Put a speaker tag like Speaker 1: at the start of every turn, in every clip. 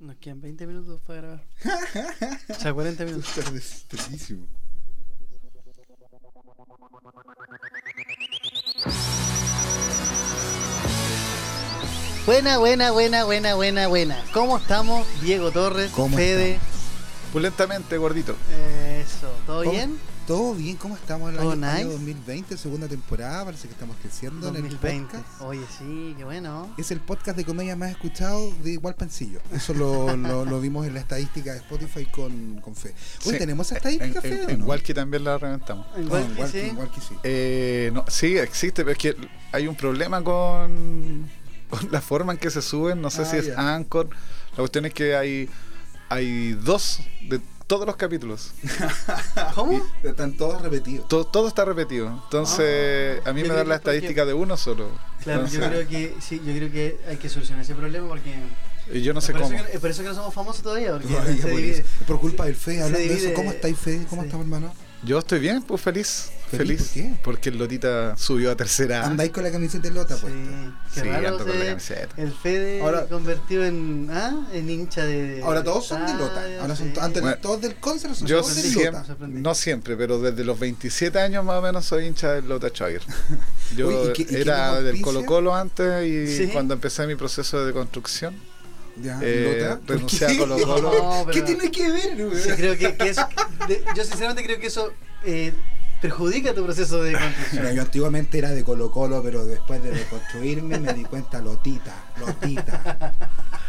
Speaker 1: Nos quedan 20 minutos para grabar. o sea, 40
Speaker 2: Tú
Speaker 1: minutos.
Speaker 2: estás destretísimo.
Speaker 1: Buena, buena, buena, buena, buena, buena. ¿Cómo estamos? Diego Torres,
Speaker 2: ¿Cómo
Speaker 1: Fede.
Speaker 2: Pulentamente, gordito.
Speaker 1: Eso, ¿todo
Speaker 2: ¿Cómo-
Speaker 1: bien?
Speaker 2: Todo bien, ¿cómo estamos? El
Speaker 1: Todo
Speaker 2: año, año
Speaker 1: nice.
Speaker 2: 2020, segunda temporada, parece que estamos creciendo en el
Speaker 1: 2020.
Speaker 2: podcast.
Speaker 1: Oye, sí, qué bueno.
Speaker 2: Es el podcast de comedia más escuchado de Walpancillo. Eso lo, lo- lo vimos en la estadística de Spotify con, con Fe. Oye,
Speaker 3: Sí.
Speaker 2: ¿tenemos esa
Speaker 3: En,
Speaker 2: estadística, Fe?
Speaker 3: en,
Speaker 2: o
Speaker 3: en
Speaker 2: no?
Speaker 3: Walkie también la reventamos.
Speaker 2: Ah, en
Speaker 1: Igual que
Speaker 2: Walkie,
Speaker 1: sí.
Speaker 2: en Walkie sí.
Speaker 3: Eh, no, sí, existe, pero es que hay un problema con, con la forma en que se suben. No sé
Speaker 2: Ah,
Speaker 3: si es
Speaker 2: ya.
Speaker 3: Anchor. La cuestión es que hay, hay dos de todos los capítulos.
Speaker 1: ¿Cómo?
Speaker 2: Y Están todos repetidos.
Speaker 3: To- todo está repetido. Entonces, a
Speaker 1: Ah. Yo
Speaker 3: mí me
Speaker 1: creo
Speaker 3: dan la
Speaker 1: que porque-
Speaker 3: estadística de uno solo.
Speaker 1: Claro, yo
Speaker 3: Entonces,
Speaker 1: creo que sí, yo creo que hay que solucionar ese problema porque
Speaker 3: y yo no sé
Speaker 1: por,
Speaker 3: cómo.
Speaker 1: Eso que, por eso que no somos famosos todavía, porque
Speaker 2: Todavía
Speaker 1: se
Speaker 2: por,
Speaker 1: divide.
Speaker 2: eso. Por culpa del Fe,
Speaker 1: se
Speaker 2: hablando de eso,
Speaker 1: divide-
Speaker 2: ¿cómo estáis, Fe? ¿Cómo
Speaker 1: sí.
Speaker 2: estamos, hermano?
Speaker 3: Yo estoy bien, pues feliz.
Speaker 2: ¿Feliz
Speaker 3: Feliz.
Speaker 2: por qué?
Speaker 3: Porque el Lotita subió a tercera. A.
Speaker 2: Andáis con la camiseta de Lota,
Speaker 1: Ah. Sí,
Speaker 2: pues.
Speaker 1: qué
Speaker 3: Sí,
Speaker 1: raro
Speaker 3: ando con la
Speaker 1: se-
Speaker 3: camiseta.
Speaker 1: el Fede
Speaker 2: Ahora-
Speaker 1: convertido en ¿ah? en hincha de
Speaker 2: Ahora todos son de Lota. Ahora son
Speaker 1: sí.
Speaker 2: antes
Speaker 3: Bueno,
Speaker 2: todos del concert, son
Speaker 3: Yo
Speaker 2: todos de
Speaker 1: sorprendí,
Speaker 3: siempre,
Speaker 2: Lota.
Speaker 1: sorprendí.
Speaker 3: no siempre, pero desde los 27 años más o menos soy hincha del Lota Choir. Yo
Speaker 2: Oye, ¿y qué- y quién
Speaker 3: era
Speaker 2: nos
Speaker 3: del
Speaker 2: auspicia?
Speaker 3: Colo Colo antes y
Speaker 1: Sí.
Speaker 3: cuando empecé mi proceso de construcción.
Speaker 2: Ya,
Speaker 3: eh,
Speaker 2: Lota. ¿Por
Speaker 3: renuncié
Speaker 2: qué?
Speaker 3: a Colo Colo.
Speaker 1: No,
Speaker 2: ¿Qué
Speaker 1: pero-
Speaker 2: tiene que ver, güey?
Speaker 1: Sí, creo que, que eso, de- yo sinceramente creo que eso eh, perjudica tu proceso de construcción.
Speaker 2: Mira, yo antiguamente era de Colo Colo, pero después de reconstruirme me di cuenta, Lotita, Lotita,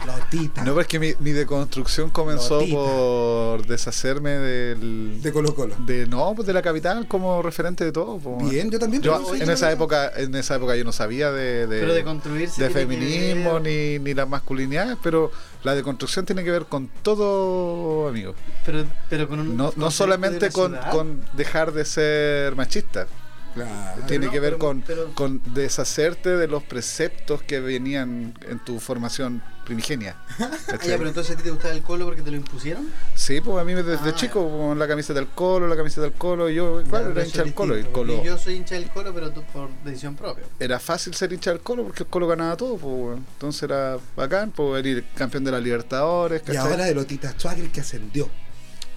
Speaker 2: Lotita.
Speaker 3: No, pero es que mi, mi deconstrucción comenzó
Speaker 2: Ah. Lotita.
Speaker 3: por deshacerme del...
Speaker 2: de Colo Colo.
Speaker 3: de- no, pues de la capital como referente de todo. po.
Speaker 2: Bien, yo también.
Speaker 3: Yo,
Speaker 2: pero soy
Speaker 3: en
Speaker 2: de
Speaker 3: esa
Speaker 2: Colo Colo.
Speaker 3: época, en esa época yo no sabía de, de-
Speaker 1: Pero de construirse.
Speaker 3: de
Speaker 1: tiene que
Speaker 3: feminismo
Speaker 1: ver-
Speaker 3: ni, ni las masculinidades, pero la deconstrucción tiene que ver con todo, amigo.
Speaker 1: Pero, pero con un
Speaker 3: No,
Speaker 1: concepto
Speaker 3: no solamente
Speaker 1: de la
Speaker 3: con,
Speaker 1: ciudad. Ah,
Speaker 3: con dejar de ser machista,
Speaker 2: Claro.
Speaker 3: tiene
Speaker 1: no,
Speaker 3: que ver
Speaker 1: pero-
Speaker 3: con,
Speaker 1: pero-
Speaker 3: con deshacerte de los preceptos que venían en tu formación primigenia.
Speaker 1: Ah,
Speaker 3: ¿cachai?
Speaker 1: ya, pero entonces a ti te gustaba el colo porque te lo impusieron.
Speaker 3: Sí, pues a mí desde
Speaker 1: Ah,
Speaker 3: chico, con la camiseta del colo, la camiseta del colo, yo igual
Speaker 1: Ya, pero
Speaker 3: era
Speaker 1: eso
Speaker 3: hincha
Speaker 1: es
Speaker 3: del colo. y el
Speaker 1: distinto.
Speaker 3: colo
Speaker 1: Y yo soy hincha del colo, pero tú por decisión propia.
Speaker 3: Era fácil ser hincha del colo porque el colo ganaba todo, pues, weón. entonces era bacán, pues venir campeón de la Libertadores,
Speaker 2: Y
Speaker 3: ¿cachai?
Speaker 2: ahora de Lotita Schwager que ascendió.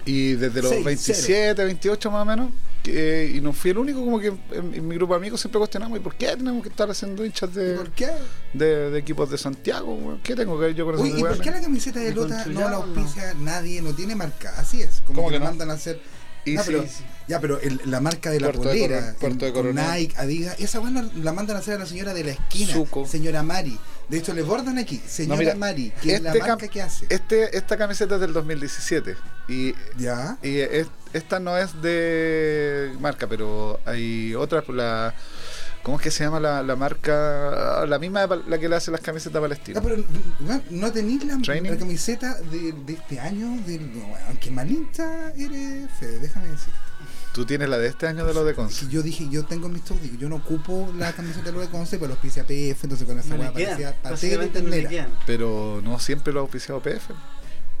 Speaker 3: Y desde los
Speaker 2: Seis,
Speaker 3: 27, 28 más o menos, que- eh, y no fui el único, como que en, en mi grupo de amigos siempre cuestionamos, ¿y por qué tenemos que estar haciendo hinchas
Speaker 2: ¿Y
Speaker 3: de,
Speaker 2: por qué?
Speaker 3: de, de equipos de Santiago? weón? ¿Qué tengo que ver yo
Speaker 2: Uy,
Speaker 3: con esos
Speaker 2: ¿y por
Speaker 3: weones?
Speaker 2: qué la camiseta de
Speaker 1: ¿Y
Speaker 2: Lota no
Speaker 1: construyamos,
Speaker 2: la auspicia nadie? No tiene marca. Así es. Como
Speaker 3: ¿Cómo
Speaker 2: que
Speaker 3: que
Speaker 2: la
Speaker 3: no?
Speaker 2: mandan a hacer.
Speaker 3: Y
Speaker 2: No,
Speaker 3: sí,
Speaker 2: pero- Ya, pero el- la marca de la
Speaker 3: Puerto de
Speaker 2: polera,
Speaker 3: Coronel, Puerto de
Speaker 2: con
Speaker 3: Coronel.
Speaker 2: Nike, Adidas, esa weá la, la mandan a hacer a la señora de la esquina,
Speaker 3: Suco.
Speaker 2: señora Mari. De hecho, le bordan aquí, señora
Speaker 3: No, mira,
Speaker 2: Mari, que es la
Speaker 3: este
Speaker 2: marca
Speaker 3: cam-
Speaker 2: que hace.
Speaker 3: este, esta camiseta es del 2017 y,
Speaker 2: Ya,
Speaker 3: y es- esta no es de marca, pero hay otra, la, ¿cómo es que se llama la, la marca? Ah, La misma de Pal- la que le hace las camisetas palestinas.
Speaker 2: Ah, pero weón, no tenéis la,
Speaker 3: Training.
Speaker 2: la camiseta de, de este año, del, aunque malincha eres, Fede, déjame decir.
Speaker 3: Tú tienes la de este año de los de Conce.
Speaker 2: Yo dije, yo tengo mis top, digo, yo no ocupo la camiseta de los de Conce, pero los auspicia PF, entonces con esa
Speaker 1: No
Speaker 2: weá
Speaker 1: le quedan.
Speaker 2: parecía patera y
Speaker 1: Básicamente no le
Speaker 2: ternera.
Speaker 1: quedan.
Speaker 3: Pero no siempre lo ha auspiciado PF.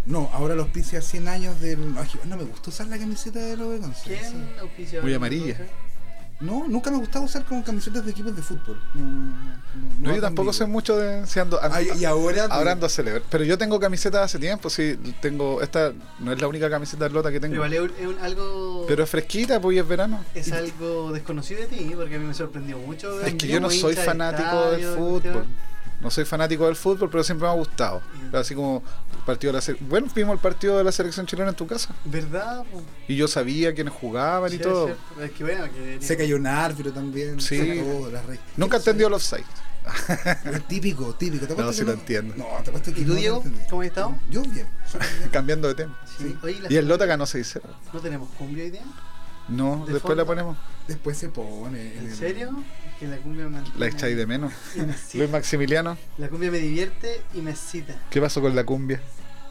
Speaker 2: No, ahora los auspicia 100 años del... No, no me gusta usar la camiseta de los de Conce. sí.
Speaker 1: ¿Quién auspició?
Speaker 3: Muy amarilla.
Speaker 2: No, nunca me gustaba usar como camisetas de equipos de fútbol. No, no, no,
Speaker 3: No,
Speaker 2: no
Speaker 3: yo tampoco sé
Speaker 2: conmigo.
Speaker 3: mucho de. Si ando, ando-
Speaker 2: Ah, y y ahora.
Speaker 3: ahora ando a celebrar. Pero yo tengo camisetas hace tiempo, sí. Tengo. Esta no es la única camiseta de lota que tengo.
Speaker 1: Pero vale, es un- es un algo.
Speaker 3: Pero es fresquita, pues y es verano.
Speaker 1: es algo desconocido de ti, porque a mí me sorprendió mucho.
Speaker 3: Es
Speaker 1: ver-
Speaker 3: que
Speaker 1: yo
Speaker 3: yo no
Speaker 1: como
Speaker 3: soy
Speaker 1: hincha de
Speaker 3: fanático del
Speaker 1: estadio, de
Speaker 3: fútbol.
Speaker 1: cuestión.
Speaker 3: No soy fanático del fútbol, pero siempre me ha gustado.
Speaker 1: Ya.
Speaker 3: Así como el partido de la sele- Bueno, vimos el partido de la selección chilena en tu casa.
Speaker 1: ¿Verdad? po?
Speaker 3: Y yo sabía quiénes jugaban y
Speaker 1: Sí,
Speaker 3: todo.
Speaker 1: Es, cierto. Es que bueno, que.
Speaker 2: Se cayó un árbitro también.
Speaker 3: Sí.
Speaker 2: se acabó la re-
Speaker 3: Nunca entendí el offside.
Speaker 2: Es típico, típico. ¿Te apuesto
Speaker 3: sí
Speaker 2: que
Speaker 3: lo entiendo.
Speaker 2: No, te apuesto que
Speaker 1: ¿Y tú,
Speaker 2: no lo
Speaker 1: Diego?
Speaker 2: entendí.
Speaker 1: ¿Cómo has estado?
Speaker 2: Yo bien. súper bien.
Speaker 3: Cambiando de tema.
Speaker 1: Sí. Oye, la-
Speaker 3: Y el Lota ganó 6-0.
Speaker 1: ¿No tenemos cumbia hoy día?
Speaker 3: No,
Speaker 1: ¿De
Speaker 3: después
Speaker 1: fondo?
Speaker 3: la ponemos.
Speaker 2: Después se pone.
Speaker 1: ¿En
Speaker 2: el-
Speaker 1: serio? Es que la cumbia me.
Speaker 3: La echáis de menos.
Speaker 1: y me excita.
Speaker 3: Luis Maximiliano,
Speaker 1: La cumbia me divierte y me excita.
Speaker 3: ¿qué pasó con la cumbia?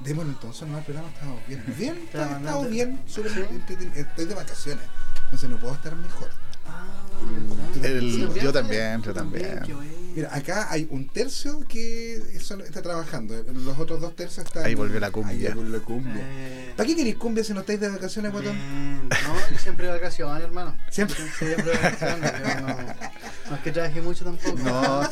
Speaker 2: Démoslo entonces, no, pero no estamos bien. Bien,
Speaker 1: Está
Speaker 2: estamos
Speaker 1: mandando.
Speaker 2: bien. súper
Speaker 1: Sí.
Speaker 2: entretenido. Estoy de vacaciones. Entonces no puedo estar mejor.
Speaker 1: Ah,
Speaker 2: ¿verdad?
Speaker 3: El-
Speaker 1: Sí,
Speaker 3: yo también,
Speaker 1: tú
Speaker 3: yo también.
Speaker 1: qué bueno.
Speaker 2: Mira, acá hay un tercio que solo está trabajando. Los otros dos tercios están.
Speaker 3: Ahí volvió la cumbia.
Speaker 2: Ahí volvió la cumbia.
Speaker 1: Eh,
Speaker 2: ¿Para qué queréis cumbia si no estáis de vacaciones, guatón?
Speaker 1: bien. No, yo siempre de vacaciones, hermano.
Speaker 2: Siempre.
Speaker 1: Siempre de vacaciones. yo No, no es que trabajé mucho tampoco.
Speaker 3: No,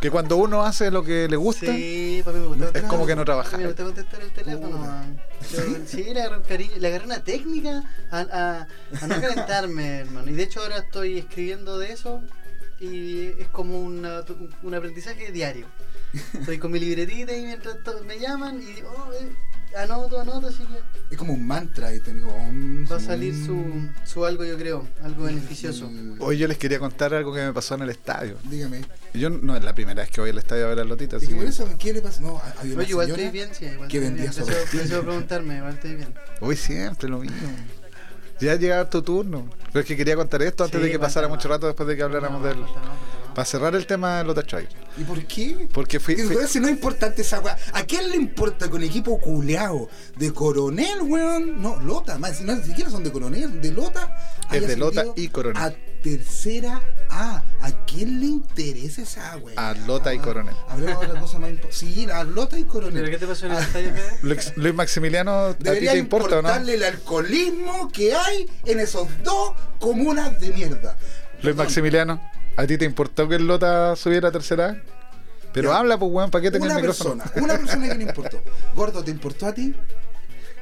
Speaker 3: Que cuando uno hace lo que le gusta,
Speaker 1: Sí, papi, me gusta.
Speaker 3: es como que no trabajar.
Speaker 1: Me gusta contestar el teléfono.
Speaker 2: Puta.
Speaker 1: man. Yo, sí, le agarré, un cariño- le agarré una técnica a, a- a no calentarme, hermano. Y de hecho ahora estoy escribiendo de eso y es como una- un aprendizaje diario. Estoy con mi libretita y mientras to- me llaman y oh, eh, anoto, anoto, así que
Speaker 2: Es como un mantra y te digo, "Om,
Speaker 1: va a salir su,
Speaker 2: mm".
Speaker 1: su algo, yo creo, algo beneficioso.
Speaker 3: hoy yo les quería contar algo que me pasó en el estadio.
Speaker 2: Dígame.
Speaker 3: Yo no es la primera vez que voy al estadio a ver a
Speaker 2: Y
Speaker 3: Lotita. así
Speaker 2: que por
Speaker 3: que-
Speaker 2: eso, ¿qué le pasa? No, había una
Speaker 1: Oye, igual estoy
Speaker 2: señora-
Speaker 1: bien, sí, igual
Speaker 2: que
Speaker 1: estoy bien.
Speaker 2: vendía
Speaker 1: Por eso-
Speaker 2: sopas.
Speaker 1: por eso voy a preguntarme, igual estoy bien.
Speaker 3: Hoy siempre lo mismo. Ya llegaba tu turno. Pero es que quería contar esto antes
Speaker 1: Sí,
Speaker 3: de que pasara
Speaker 1: cuéntalo.
Speaker 3: mucho rato después de que habláramos
Speaker 1: Cuéntalo,
Speaker 3: del.
Speaker 1: cuéntalo, cuéntalo.
Speaker 3: Para cerrar el tema de Lota Chai.
Speaker 2: ¿Y por qué?
Speaker 3: Porque fui.
Speaker 2: Y
Speaker 3: fui-
Speaker 2: weón, si no es importante esa weá. ¿A quién le importa con equipo culeado? De coronel, weón. No, Lota, más, no, ni siquiera son de coronel, de Lota.
Speaker 3: Es
Speaker 2: haya
Speaker 3: de Lota
Speaker 2: ascendido
Speaker 3: y Coronel.
Speaker 2: A tercera A. ¿A quién le interesa esa weá?
Speaker 3: A Lota y
Speaker 2: weón?
Speaker 3: Coronel.
Speaker 2: Hablemos de otra cosa más importante. Sí, a Lota y Coronel. Ah,
Speaker 1: ¿Pero qué te pasó en el estadio, Fede?
Speaker 3: Luis, Luis Maximiliano, ¿a ti
Speaker 2: Debería
Speaker 3: te importa o no?
Speaker 2: importarle el alcoholismo que hay en esos dos comunas de mierda.
Speaker 3: Luis Maximiliano, ¿a ti te importó que el Lota subiera a tercera? A? Pero
Speaker 2: Ya.
Speaker 3: habla, pues, weón, ¿para qué tenés
Speaker 2: Una
Speaker 3: el micrófono?
Speaker 2: persona, una persona que le importó. Gordo, ¿te importó a ti?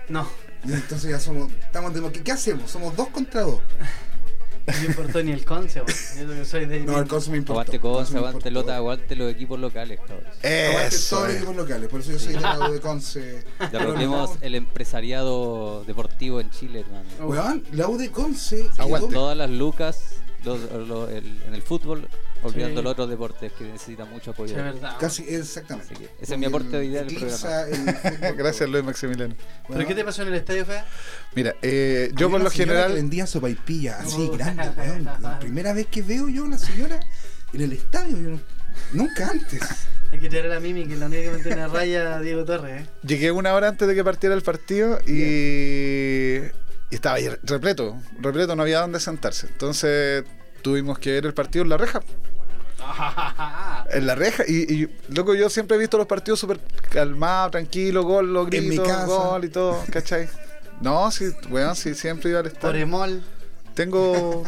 Speaker 1: No,
Speaker 2: Y entonces ya somos, estamos de ¿qué, qué hacemos? Somos dos contra dos.
Speaker 1: no me importó ni el conce, weón. Yo que soy de...
Speaker 2: No, el Conce me importa.
Speaker 4: Aguante Conce, aguante
Speaker 2: importó.
Speaker 4: Lota, Eh, aguante los equipos locales, cabrón.
Speaker 2: Aguante
Speaker 3: Eso.
Speaker 2: todos los
Speaker 3: es.
Speaker 2: equipos locales, por eso yo soy de la U de Conce.
Speaker 4: Derrotemos el empresariado deportivo en Chile, hermano.
Speaker 2: Weón, la U de Conce.
Speaker 3: Aguante.
Speaker 2: quedó-
Speaker 4: Todas las lucas los- los- el- en el fútbol, olvidando
Speaker 1: Sí.
Speaker 4: los otros deportes que necesitan mucho
Speaker 1: Sí,
Speaker 4: apoyo.
Speaker 1: es verdad.
Speaker 2: Casi,
Speaker 4: Así
Speaker 2: exactamente.
Speaker 4: que ese es mi aporte de idea del programa.
Speaker 3: Gracias, Luis Maximiliano.
Speaker 1: ¿Pero qué te pasó en el estadio, Fede?
Speaker 3: Mira, eh, yo por lo general.
Speaker 2: vendía sopaipilla así,
Speaker 1: Uh.
Speaker 2: grande, weón. La primera vez que veo yo a una señora en el estadio, yo no- nunca antes.
Speaker 1: Hay que tirar a la Mimi, que es la única que mantiene a raya a Diego Torres, ¿eh?
Speaker 3: Llegué una hora antes de que partiera el partido y, y estaba ahí repleto, repleto, no había dónde sentarse. Entonces tuvimos que ver el partido en la reja.
Speaker 1: ¿eh?
Speaker 3: En la reja, y, y, loco, yo siempre he visto los partidos súper calmados, tranquilos, gol, los
Speaker 2: En mi
Speaker 3: gritos,
Speaker 2: casa.
Speaker 3: gol y todo, ¿cachai? No, sí, weón, sí, siempre iba al estadio.
Speaker 1: Toremol.
Speaker 3: Tengo.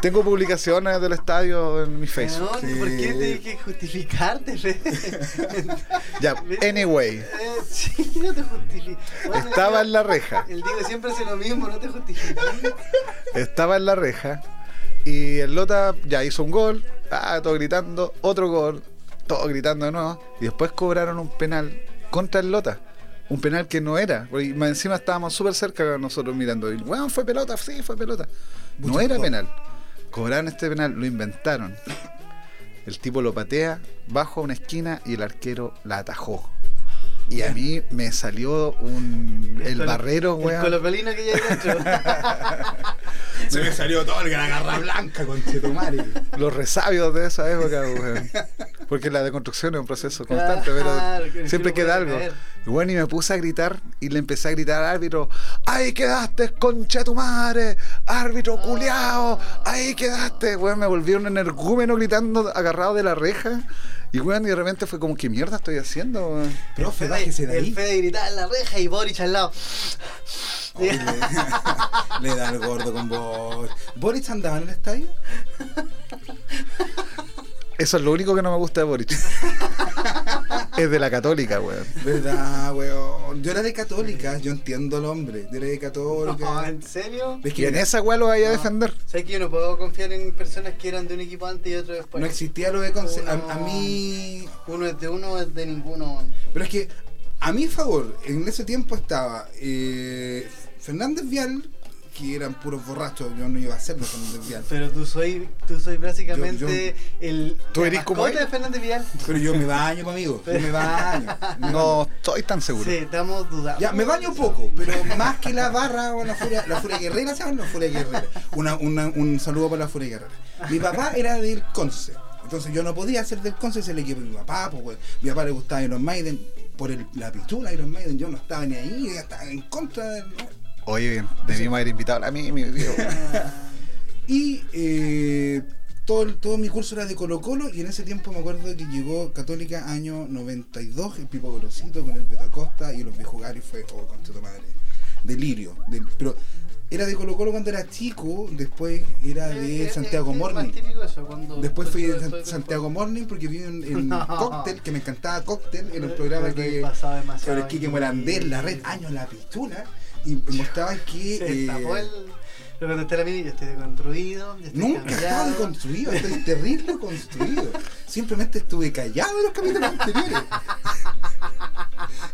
Speaker 3: Tengo publicaciones del estadio en mi Facebook.
Speaker 1: Weón,
Speaker 2: sí.
Speaker 1: ¿Por qué tienes que justificarte, Fede?
Speaker 3: Ya, anyway,
Speaker 1: Eh, sí, no te justificas. Bueno,
Speaker 3: estaba
Speaker 1: el
Speaker 3: en la reja.
Speaker 1: Diego- El Diego siempre hace lo mismo, no te justificas.
Speaker 3: Estaba en la reja y el Lota ya hizo un gol, ah, todo gritando, otro gol, todo gritando de nuevo. Y después cobraron un penal contra el Lota. Un penal que no era, porque más encima estábamos súper cerca nosotros mirando. Y, weón, fue pelota, sí, fue pelota. No
Speaker 2: Mucho
Speaker 3: era
Speaker 2: mejor.
Speaker 3: penal. Cobraron este penal, lo inventaron. El tipo lo patea, bajo a una esquina y el arquero la atajó. Y a mí me salió un. El,
Speaker 1: colo-
Speaker 3: barrero,
Speaker 1: El
Speaker 3: weón.
Speaker 1: colocolino que ya hay dentro.
Speaker 2: Se me salió todo el la garra blanca con Chetumare.
Speaker 3: los resabios de esa época, weón. Porque la deconstrucción es un proceso constante,
Speaker 1: Claro,
Speaker 3: pero
Speaker 1: que
Speaker 3: siempre
Speaker 1: no
Speaker 3: queda
Speaker 1: puede
Speaker 3: algo.
Speaker 1: caer.
Speaker 3: Y bueno, y me puse a gritar y le empecé a gritar al árbitro, ¡ahí quedaste, concha tu madre! ¡Árbitro
Speaker 1: Ah.
Speaker 3: culiao! ¡Ahí quedaste! Weón, me volví un energúmeno gritando, agarrado de la reja. Y weón, y de repente fue como, ¿qué mierda estoy haciendo, weón?
Speaker 2: Profe,
Speaker 1: El
Speaker 2: bájese de
Speaker 1: Fede-
Speaker 2: ahí.
Speaker 1: El Fede gritaba en la reja y Boric al lado.
Speaker 2: Ay, le, le da el gordo con vos. ¿Boris andaba en el estadio?
Speaker 3: Eso es lo único que no me gusta de Boric. es de la católica, weón.
Speaker 2: ¿Verdad, weón? Yo era de católica, yo entiendo al hombre. Yo era de
Speaker 1: No,
Speaker 2: católica.
Speaker 1: ¿En serio?
Speaker 2: Es
Speaker 3: Y en
Speaker 2: que
Speaker 3: esa weón lo vaya a
Speaker 1: No.
Speaker 3: defender.
Speaker 1: ¿Sabes que yo no puedo confiar en personas que eran de un equipo antes y otro después?
Speaker 2: no existía lo de conce. A, a mí.
Speaker 1: Uno es de uno, es de ninguno.
Speaker 2: Pero es que, a mi favor, en ese tiempo estaba eh, Fernández Vial, que eran puros borrachos. Yo no iba a ser de Fernández Vial.
Speaker 1: Pero tú soy, tú soy básicamente el.
Speaker 3: Tú
Speaker 1: la
Speaker 3: eres como
Speaker 1: mascota
Speaker 3: él.
Speaker 1: de Fernández Vial.
Speaker 2: Pero yo me baño, amigo. Yo me baño.
Speaker 3: No estoy tan seguro.
Speaker 1: Sí, estamos dudando.
Speaker 2: Ya, me baño poco, pero más que la barra o la furia, la furia guerrera, ¿saben? La furia guerrera. Una, una- un saludo para la furia guerrera. Mi papá era del Conce, entonces yo no podía ser del Conce, es el equipo de mi papá, pues, weón. mi papá le gustaba Iron Maiden, por el- la pistola Iron Maiden, yo no estaba ni ahí, yo estaba en contra del...
Speaker 3: Oye, bien, debimos haber invitado a mí, mi tío.
Speaker 2: Y eh, todo, el- todo mi curso era de Colo Colo y en ese tiempo me acuerdo que llegó Católica año 92, el Pipo Gorosito con el Betacosta y los vi jugar y fue, oh, concha tu madre, delirio. del- pero Era de Colo Colo cuando era chico, después era de Santiago
Speaker 1: Morning.
Speaker 2: Morning. Después fui de San- Santiago Morning porque vi en, en
Speaker 1: No.
Speaker 2: Cóctel, que me encantaba Cóctel, era un programa que
Speaker 1: Pasaba
Speaker 2: sobre
Speaker 1: demasiado.
Speaker 2: el Kike Morandés, la red, años la pistola, y mostraba que...
Speaker 1: Se
Speaker 2: eh,
Speaker 1: tapó el. Lo contesté a la mini, yo estoy deconstruido. yo estoy
Speaker 2: Nunca he
Speaker 1: este cambiado.
Speaker 2: estado deconstruido, estoy terrible construido. Simplemente estuve callado en los capítulos anteriores.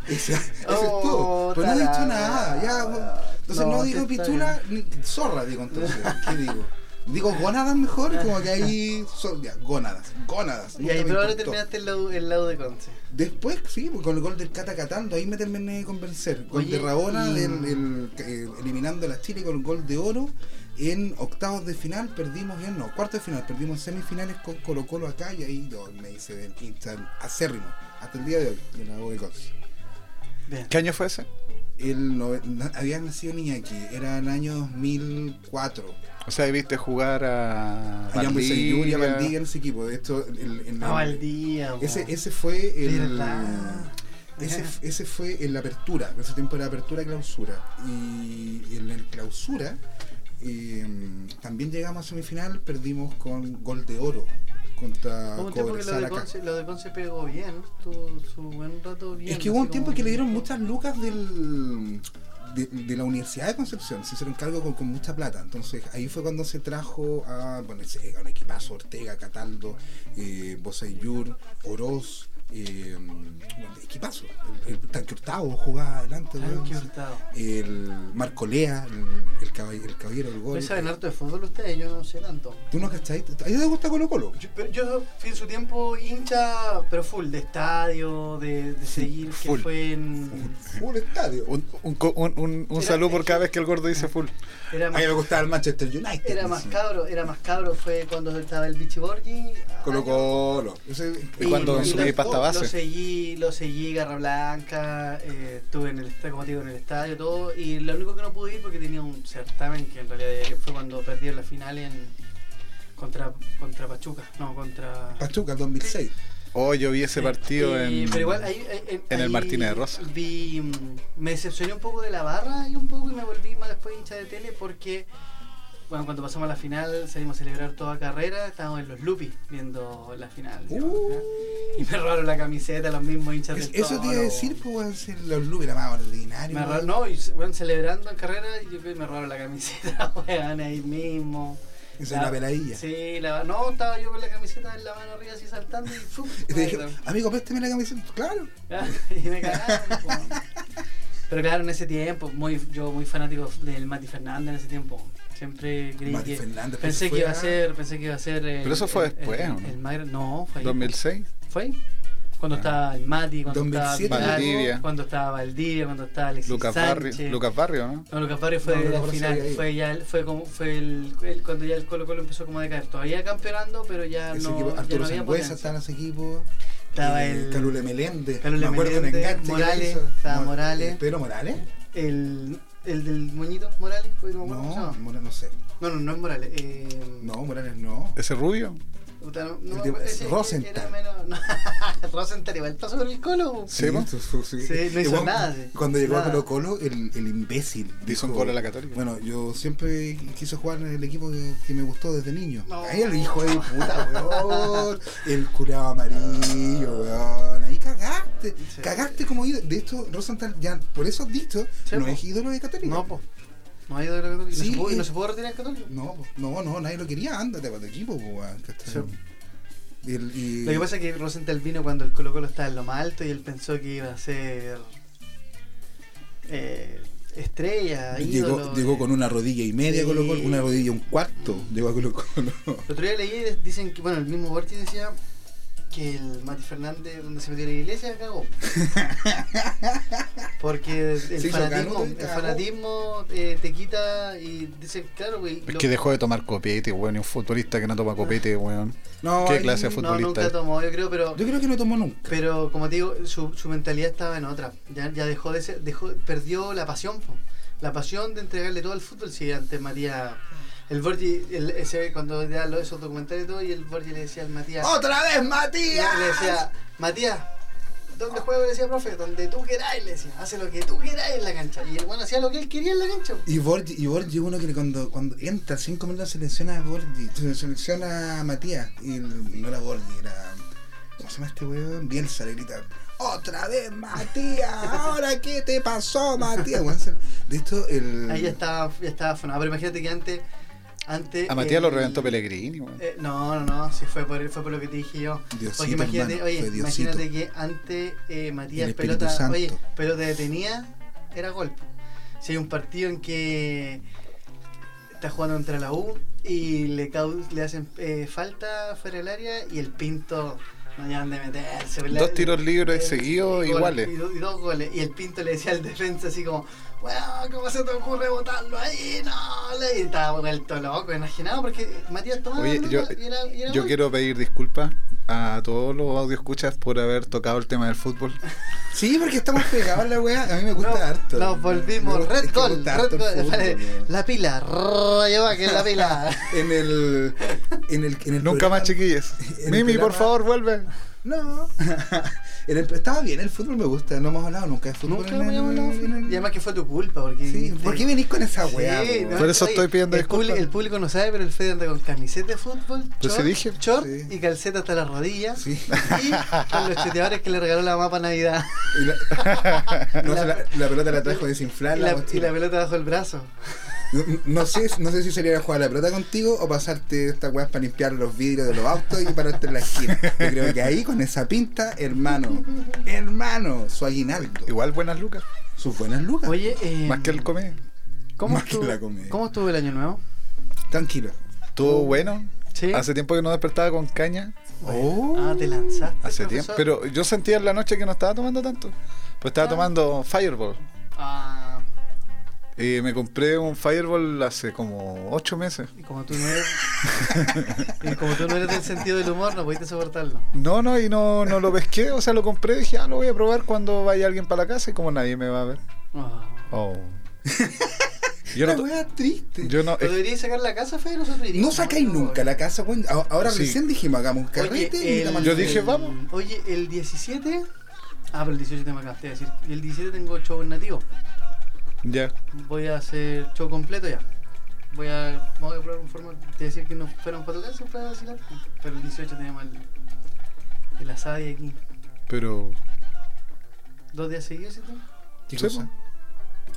Speaker 2: Eso, eso
Speaker 1: Oh,
Speaker 2: es todo. Pero no he dicho
Speaker 1: tarado.
Speaker 2: nada. Ya, bueno. entonces no,
Speaker 1: No, sí
Speaker 2: digo
Speaker 1: está
Speaker 2: pichula ni zorra digo entonces. ¿Qué digo? Digo gónadas mejor, como que ahí son ya, gónadas, gónadas.
Speaker 1: Y
Speaker 2: nunca
Speaker 1: ahí
Speaker 2: me
Speaker 1: pero ahora
Speaker 2: importó.
Speaker 1: terminaste el lado, el lado de Conce.
Speaker 2: Después, sí, pues, con el gol del Cata Catando, ahí me terminé de convencer. Gol
Speaker 1: Oye,
Speaker 2: de Rabona,
Speaker 1: y-
Speaker 2: del- el- eh, eliminando a la Chile con el gol de oro. En octavos de final perdimos, bien, no, cuartos de final, perdimos semifinales con Colo Colo acá y ahí yo me hice del hincha acérrimo hasta el día de hoy de la U de Conce.
Speaker 1: Bien.
Speaker 3: ¿Qué año fue ese?
Speaker 2: El nove- na- había nacido ni aquí, era el año 2004.
Speaker 3: O sea, viste jugar a.
Speaker 2: Allá en Buenos Aires,
Speaker 3: Valdivia.
Speaker 2: Yuri, a Valdivia en ese equipo. De pues, esto, el- en
Speaker 1: Ah,
Speaker 2: el-
Speaker 1: Valdía. po.
Speaker 2: ese, ese fue el.
Speaker 1: Verdad.
Speaker 2: Ese,
Speaker 1: Ajá.
Speaker 2: ese fue en la apertura, en ese tiempo era apertura-clausura. Y en el clausura eh, también llegamos a semifinal, perdimos con gol de oro contra
Speaker 1: Hubo un tiempo que lo
Speaker 2: Cobresal
Speaker 1: de,
Speaker 2: acá.
Speaker 1: Conce, lo de Conce pegó bien, tuvo su buen rato bien.
Speaker 2: Es que hubo
Speaker 1: así
Speaker 2: un tiempo
Speaker 1: como-
Speaker 2: que le dieron muchas lucas del, de, de la Universidad de Concepción, se hicieron cargo con, con mucha plata. Entonces ahí fue cuando se trajo a, bueno, ese- a un equipazo, Ortega, Cataldo, eh, Bosayur, Oroz. Eh, bueno, equipazo, el, el tanque Hurtado jugaba adelante,
Speaker 1: Ay,
Speaker 2: weón.
Speaker 1: qué hurtado.
Speaker 2: el Marco Lea, el, el, caball- el caballero del gol.
Speaker 1: Ustedes saben harto de fútbol ustedes, yo no sé tanto.
Speaker 2: ¿Tú no cachai? ¿A ti te gusta Colo Colo?
Speaker 1: Yo, pero yo fui en su tiempo hincha, pero full, de estadio, de, de seguir,
Speaker 3: full.
Speaker 1: que fue en...
Speaker 2: Fue un estadio.
Speaker 3: Un, un co- un- un- un
Speaker 1: Era-
Speaker 3: saludo por cada vez que el gordo dice full.
Speaker 1: Era
Speaker 2: A
Speaker 1: más,
Speaker 2: mí me gustaba el Manchester United.
Speaker 1: era
Speaker 2: me
Speaker 1: más
Speaker 2: decía.
Speaker 1: cabro, era más cabro, fue cuando estaba el Bichi Borgi.
Speaker 2: Colo Colo.
Speaker 3: Y cuando
Speaker 1: y
Speaker 3: subí
Speaker 1: lo-
Speaker 3: pasta
Speaker 1: Lo
Speaker 3: base.
Speaker 1: seguí, lo seguí, Garra Blanca, eh, estuve en el, estadio, como te digo, en el estadio, todo. Y lo único que no pude ir porque tenía un certamen que en realidad fue cuando perdí la final en, contra, contra Pachuca. No, contra...
Speaker 2: Pachuca 2006.
Speaker 3: Oh, yo vi
Speaker 1: Sí,
Speaker 3: ese partido
Speaker 1: y-
Speaker 3: en.
Speaker 1: pero igual ahí- ahí- ahí-
Speaker 3: en el
Speaker 1: ahí
Speaker 3: Martínez de Rosa.
Speaker 1: Vi, mm, me decepcioné un poco de la barra y un poco y me volví más después hincha de tele porque bueno, cuando pasamos a la final salimos a celebrar toda carrera, estábamos en los Lupis viendo la final. digamos,
Speaker 2: Uh.
Speaker 1: ¿ya? Y me robaron la camiseta los mismos hinchas
Speaker 2: Es-
Speaker 1: del
Speaker 2: eso te iba a
Speaker 1: Toro.
Speaker 2: decir, pues, weón, si los Lube era más ordinario.
Speaker 1: Me robaron,
Speaker 2: weón.
Speaker 1: no, y bueno, celebrando en carrera y yo creo que me robaron la camiseta, weón, ahí mismo.
Speaker 2: Esa es
Speaker 1: La-
Speaker 2: la peladilla.
Speaker 1: Ah, Sí, la, no, estaba yo con la camiseta en la mano arriba así saltando y ¡fum!
Speaker 2: Y te dije,
Speaker 1: weón.
Speaker 2: amigo, préstame la camiseta. Claro.
Speaker 1: y me cagaron. po. Pero claro, en ese tiempo, muy, yo muy fanático del Mati Fernández en ese tiempo. Siempre creí
Speaker 2: Mati
Speaker 1: que-
Speaker 2: Fernández.
Speaker 1: pensé que
Speaker 2: pues, fue
Speaker 1: iba a ser, pensé que iba a ser el-
Speaker 3: Pero eso fue
Speaker 1: el-
Speaker 3: después,
Speaker 1: el-
Speaker 3: ¿o no?
Speaker 1: el Magre- no, fue ahí.
Speaker 3: 2006.
Speaker 1: Fue ahí. Cuando
Speaker 3: Ah.
Speaker 1: estaba el Mati, cuando
Speaker 2: 2007.
Speaker 1: estaba Vidal,
Speaker 3: Valdivia.
Speaker 1: cuando estaba Valdivia, cuando estaba Alexis
Speaker 3: Lucas
Speaker 1: Sánchez.
Speaker 3: Barrio, Lucas Barrio, ¿no?
Speaker 1: No, Lucas Barrio fue
Speaker 2: No, Lucas
Speaker 1: la
Speaker 2: Barrio
Speaker 1: final,
Speaker 2: sigue ahí.
Speaker 1: fue ya el- fue como fue el, el- cuando ya el Colo Colo empezó como a decaer. Todavía campeonando, pero ya
Speaker 2: Ese
Speaker 1: no,
Speaker 2: equipo,
Speaker 1: ya no
Speaker 2: Arturo
Speaker 1: había
Speaker 2: Sangüesa
Speaker 1: potencia.
Speaker 2: estaba en ese equipo.
Speaker 1: Estaba
Speaker 2: eh,
Speaker 1: el
Speaker 2: Calule Meléndez.
Speaker 1: Calule
Speaker 2: me acuerdo de un
Speaker 1: Meléndez,
Speaker 2: enganche. que
Speaker 1: Morales,
Speaker 2: hizo.
Speaker 1: estaba
Speaker 2: Mor-
Speaker 1: Morales.
Speaker 2: eh, ¿Pedro Morales?
Speaker 1: el, el del moñito Morales, pues, no, me acuerdo cómo
Speaker 2: No,
Speaker 1: se llama.
Speaker 2: Morales no sé.
Speaker 1: no, no, no es Morales. Eh,
Speaker 2: No, Morales no.
Speaker 3: Ese rubio.
Speaker 1: puta, no,
Speaker 2: El
Speaker 1: no,
Speaker 2: de-
Speaker 1: ese era
Speaker 2: Rosenthal.
Speaker 1: menos- no, Rosenthal igual pasó por el colo.
Speaker 3: Sí, po.
Speaker 2: su- su- su-
Speaker 1: Sí, no hizo
Speaker 2: Igual,
Speaker 1: nada, sí.
Speaker 2: Cuando llegó
Speaker 1: Nada.
Speaker 2: a Colo Colo, el, el imbécil.
Speaker 3: Hizo
Speaker 2: dijo,
Speaker 3: un gol a la Católica.
Speaker 2: Bueno, yo siempre quise jugar en el equipo que, que me gustó desde niño.
Speaker 1: No.
Speaker 2: Ahí el hijo de puta, weón. El curado amarillo, weón. Ahí cagaste.
Speaker 1: Ah. Sí.
Speaker 2: Cagaste como ídolo. De hecho, Rosenthal, ya por eso has dicho,
Speaker 1: Sí,
Speaker 2: no
Speaker 1: po.
Speaker 2: es ídolo de Católica.
Speaker 1: No, pues. No ha ido de la Católica.
Speaker 2: Sí,
Speaker 1: no, se pudo,
Speaker 2: eh.
Speaker 1: no se pudo retirar el Católica.
Speaker 2: No, po. no, no, nadie lo quería. Ándate para tu equipo, po, weón. ¿cachai?
Speaker 1: Sí.
Speaker 2: El- y-
Speaker 1: Lo que pasa es que Rosenthal vino cuando el Colo Colo estaba en lo más alto y él pensó que iba a ser eh, estrella,
Speaker 2: Llegó,
Speaker 1: ídolo. eh.
Speaker 2: llegó con una rodilla y media
Speaker 1: Sí.
Speaker 2: Colo Colo, una rodilla y un cuarto. Llegó a Colo Colo.
Speaker 1: El otro día leí, de- dicen que, bueno, el mismo Borti decía que el Mati Fernández, donde se metió en la iglesia, cagó. Porque el
Speaker 2: Se hizo
Speaker 1: fanatismo,
Speaker 2: canuto y
Speaker 1: el
Speaker 2: cagó.
Speaker 1: fanatismo eh, te quita y dicen, claro, güey.
Speaker 3: Es
Speaker 1: lo-
Speaker 3: que dejó de tomar copete, weón. y un futbolista que no toma copete,
Speaker 1: Ah.
Speaker 3: weón.
Speaker 2: No,
Speaker 3: ¿Qué
Speaker 2: ahí-
Speaker 3: clase de
Speaker 1: no,
Speaker 3: futbolista?
Speaker 1: nunca tomó, yo creo, pero.
Speaker 2: Yo creo que no tomó nunca.
Speaker 1: Pero como te digo, su, su mentalidad estaba en otra. Ya, ya dejó de ser, dejó, perdió la pasión, po. la pasión de entregarle todo al fútbol. Si antes Matías, el Borgi, el- ese, cuando ya lo, esos
Speaker 2: ¡Oh,
Speaker 1: documentales y todo, y el Borgi le decía al Matías,
Speaker 2: ¡Otra vez,
Speaker 1: Y
Speaker 2: Matías!
Speaker 1: le decía, Matías, ¿Dónde juego? Le decía, profe, donde tú queráis, le decía, hace lo que tú queráis en la cancha. Y el bueno hacía lo que él quería en la cancha.
Speaker 2: Y Borgi, y Borgi uno que cuando, cuando entra 5 minutos selecciona a Borgi, se- selecciona a Matías. Y el- no era Borgi, era. ¿Cómo se llama este weón? Bielsa le grita. ¡Otra vez, Matías! ¿Ahora qué te pasó, Matías? Weón, se- de esto, el.
Speaker 1: Ahí ya estaba, ya estaba fonado. Pero imagínate que antes. antes
Speaker 3: A Matías lo
Speaker 1: el-
Speaker 3: reventó Pellegrini, weón.
Speaker 1: Eh, no, no, no, sí fue por, fue por lo que te dije yo.
Speaker 2: Diosito,
Speaker 1: Porque imagínate,
Speaker 2: hermano,
Speaker 1: oye,
Speaker 2: fue Diosito.
Speaker 1: imagínate que antes eh, Matías
Speaker 2: El Espíritu
Speaker 1: pelota,
Speaker 2: Santo.
Speaker 1: oye, pelota detenía, era gol. Si hay un partido en que está jugando contra la U y le, cau- le hacen eh, falta fuera del área y el pinto no llevan de meterse. pues, la-
Speaker 3: Dos tiros libres
Speaker 1: eh,
Speaker 3: seguidos
Speaker 1: y gol,
Speaker 3: iguales.
Speaker 1: Y, do- y dos goles. Y el pinto le decía al defensa así como, bueno, ¿cómo se te ocurre botarlo ahí? No, le y estaba vuelto loco, imaginado, porque Matías tomaba
Speaker 3: Oye,
Speaker 1: la
Speaker 3: yo-
Speaker 1: pelota y era- y era
Speaker 3: Yo
Speaker 1: gol.
Speaker 3: quiero pedir disculpas a todos los audioscuchas por haber tocado el tema del fútbol.
Speaker 2: Sí, porque estamos pegados en la weá. A mí me gusta
Speaker 1: No,
Speaker 2: harto.
Speaker 1: Nos
Speaker 2: Me
Speaker 1: volvimos
Speaker 2: gusta- es
Speaker 1: Red
Speaker 2: que me
Speaker 1: Gold,
Speaker 2: gusta
Speaker 1: Red
Speaker 2: harto el
Speaker 1: Gold.
Speaker 2: fútbol,
Speaker 1: vale.
Speaker 2: weón.
Speaker 1: La pila, rrr, lleva que la pila.
Speaker 2: En el. En el, en el
Speaker 3: Nunca
Speaker 2: programa-
Speaker 3: más, chiquillos.
Speaker 2: el
Speaker 3: Mimi, por
Speaker 2: programa-
Speaker 3: favor, vuelve.
Speaker 2: No. En el- estaba bien, el fútbol me gusta. No hemos hablado nunca de fútbol.
Speaker 1: Nunca
Speaker 2: en
Speaker 1: me
Speaker 2: el-
Speaker 1: llamó la
Speaker 2: en el-
Speaker 1: Y además que fue tu culpa, porque...
Speaker 2: Sí,
Speaker 1: viniste-
Speaker 2: ¿por qué venís con esa
Speaker 1: Sí,
Speaker 2: weá?
Speaker 1: no,
Speaker 2: po?
Speaker 3: Por eso
Speaker 1: oye,
Speaker 3: estoy pidiendo
Speaker 1: el
Speaker 3: disculpas.
Speaker 1: público, el público no sabe, pero el Fede anda con camiseta de fútbol,
Speaker 3: Pues sí
Speaker 1: short,
Speaker 3: dije.
Speaker 1: short
Speaker 2: Sí.
Speaker 1: y calceta hasta las rodillas.
Speaker 2: Sí.
Speaker 1: Y con los chuteadores que le regaló la mapa Navidad.
Speaker 2: Y la, no,
Speaker 1: La-
Speaker 2: la, la pelota la trajo
Speaker 1: Y
Speaker 2: desinflada.
Speaker 1: la,
Speaker 2: la
Speaker 1: y la
Speaker 2: mochila.
Speaker 1: pelota bajo el brazo.
Speaker 2: No, no sé, no sé si sería jugar a la pelota contigo o pasarte estas weas para limpiar los vidrios de los autos y pararte en la esquina. Yo creo que ahí con esa pinta, hermano, hermano, su aguinaldo,
Speaker 3: Igual buenas lucas,
Speaker 2: sus buenas lucas.
Speaker 1: Oye, eh,
Speaker 3: más que el comedia.
Speaker 1: ¿cómo,
Speaker 2: más que
Speaker 1: estuvo,
Speaker 2: la comedia.
Speaker 1: ¿cómo estuvo el año nuevo?
Speaker 2: Tranquilo.
Speaker 3: Estuvo bueno.
Speaker 1: Sí.
Speaker 3: Hace tiempo que no despertaba con caña.
Speaker 2: Oh.
Speaker 1: Ah, te lanzaste.
Speaker 3: Hace
Speaker 1: profesor.
Speaker 3: tiempo. Pero yo sentía en la noche que no estaba tomando tanto. Pues estaba
Speaker 1: Ah.
Speaker 3: tomando Fireball.
Speaker 1: Ah,
Speaker 3: Y me compré un Fireball hace como 8 meses.
Speaker 1: y como tú no eres. y como tú no eres del sentido del humor, no pudiste soportarlo.
Speaker 3: No, no, y no, no lo pesqué. O sea, lo compré. Dije, ah, lo voy a probar cuando vaya alguien para la casa. Y como nadie me va a ver.
Speaker 1: Oh.
Speaker 3: Oh. yo
Speaker 2: la
Speaker 3: no.
Speaker 2: wea triste.
Speaker 3: Yo no.
Speaker 1: ¿Pero deberíais sacar la casa, Fede? Nosotros
Speaker 2: Eh. No
Speaker 1: iríamos,
Speaker 2: sacáis nunca la casa, weón. A- Ahora
Speaker 3: Sí.
Speaker 2: recién dijimos, hagamos un carrete y
Speaker 1: Oye,
Speaker 2: la
Speaker 1: el-
Speaker 2: mandamos.
Speaker 3: Yo dije, vamos.
Speaker 1: Oye, el 17. Ah, pero el 18 te me acabaste de decir. Y el 17 tengo show en nativo.
Speaker 3: Ya.
Speaker 1: Voy a hacer show completo ya. Voy a, voy a probar un formato de decir que nos fueron para tu casa para vacilar. Pero el 18 tenemos el, el asado y aquí.
Speaker 3: Pero.
Speaker 1: Dos días seguidos, ¿sí?
Speaker 2: ¿Qué
Speaker 3: Sí,
Speaker 2: cosa?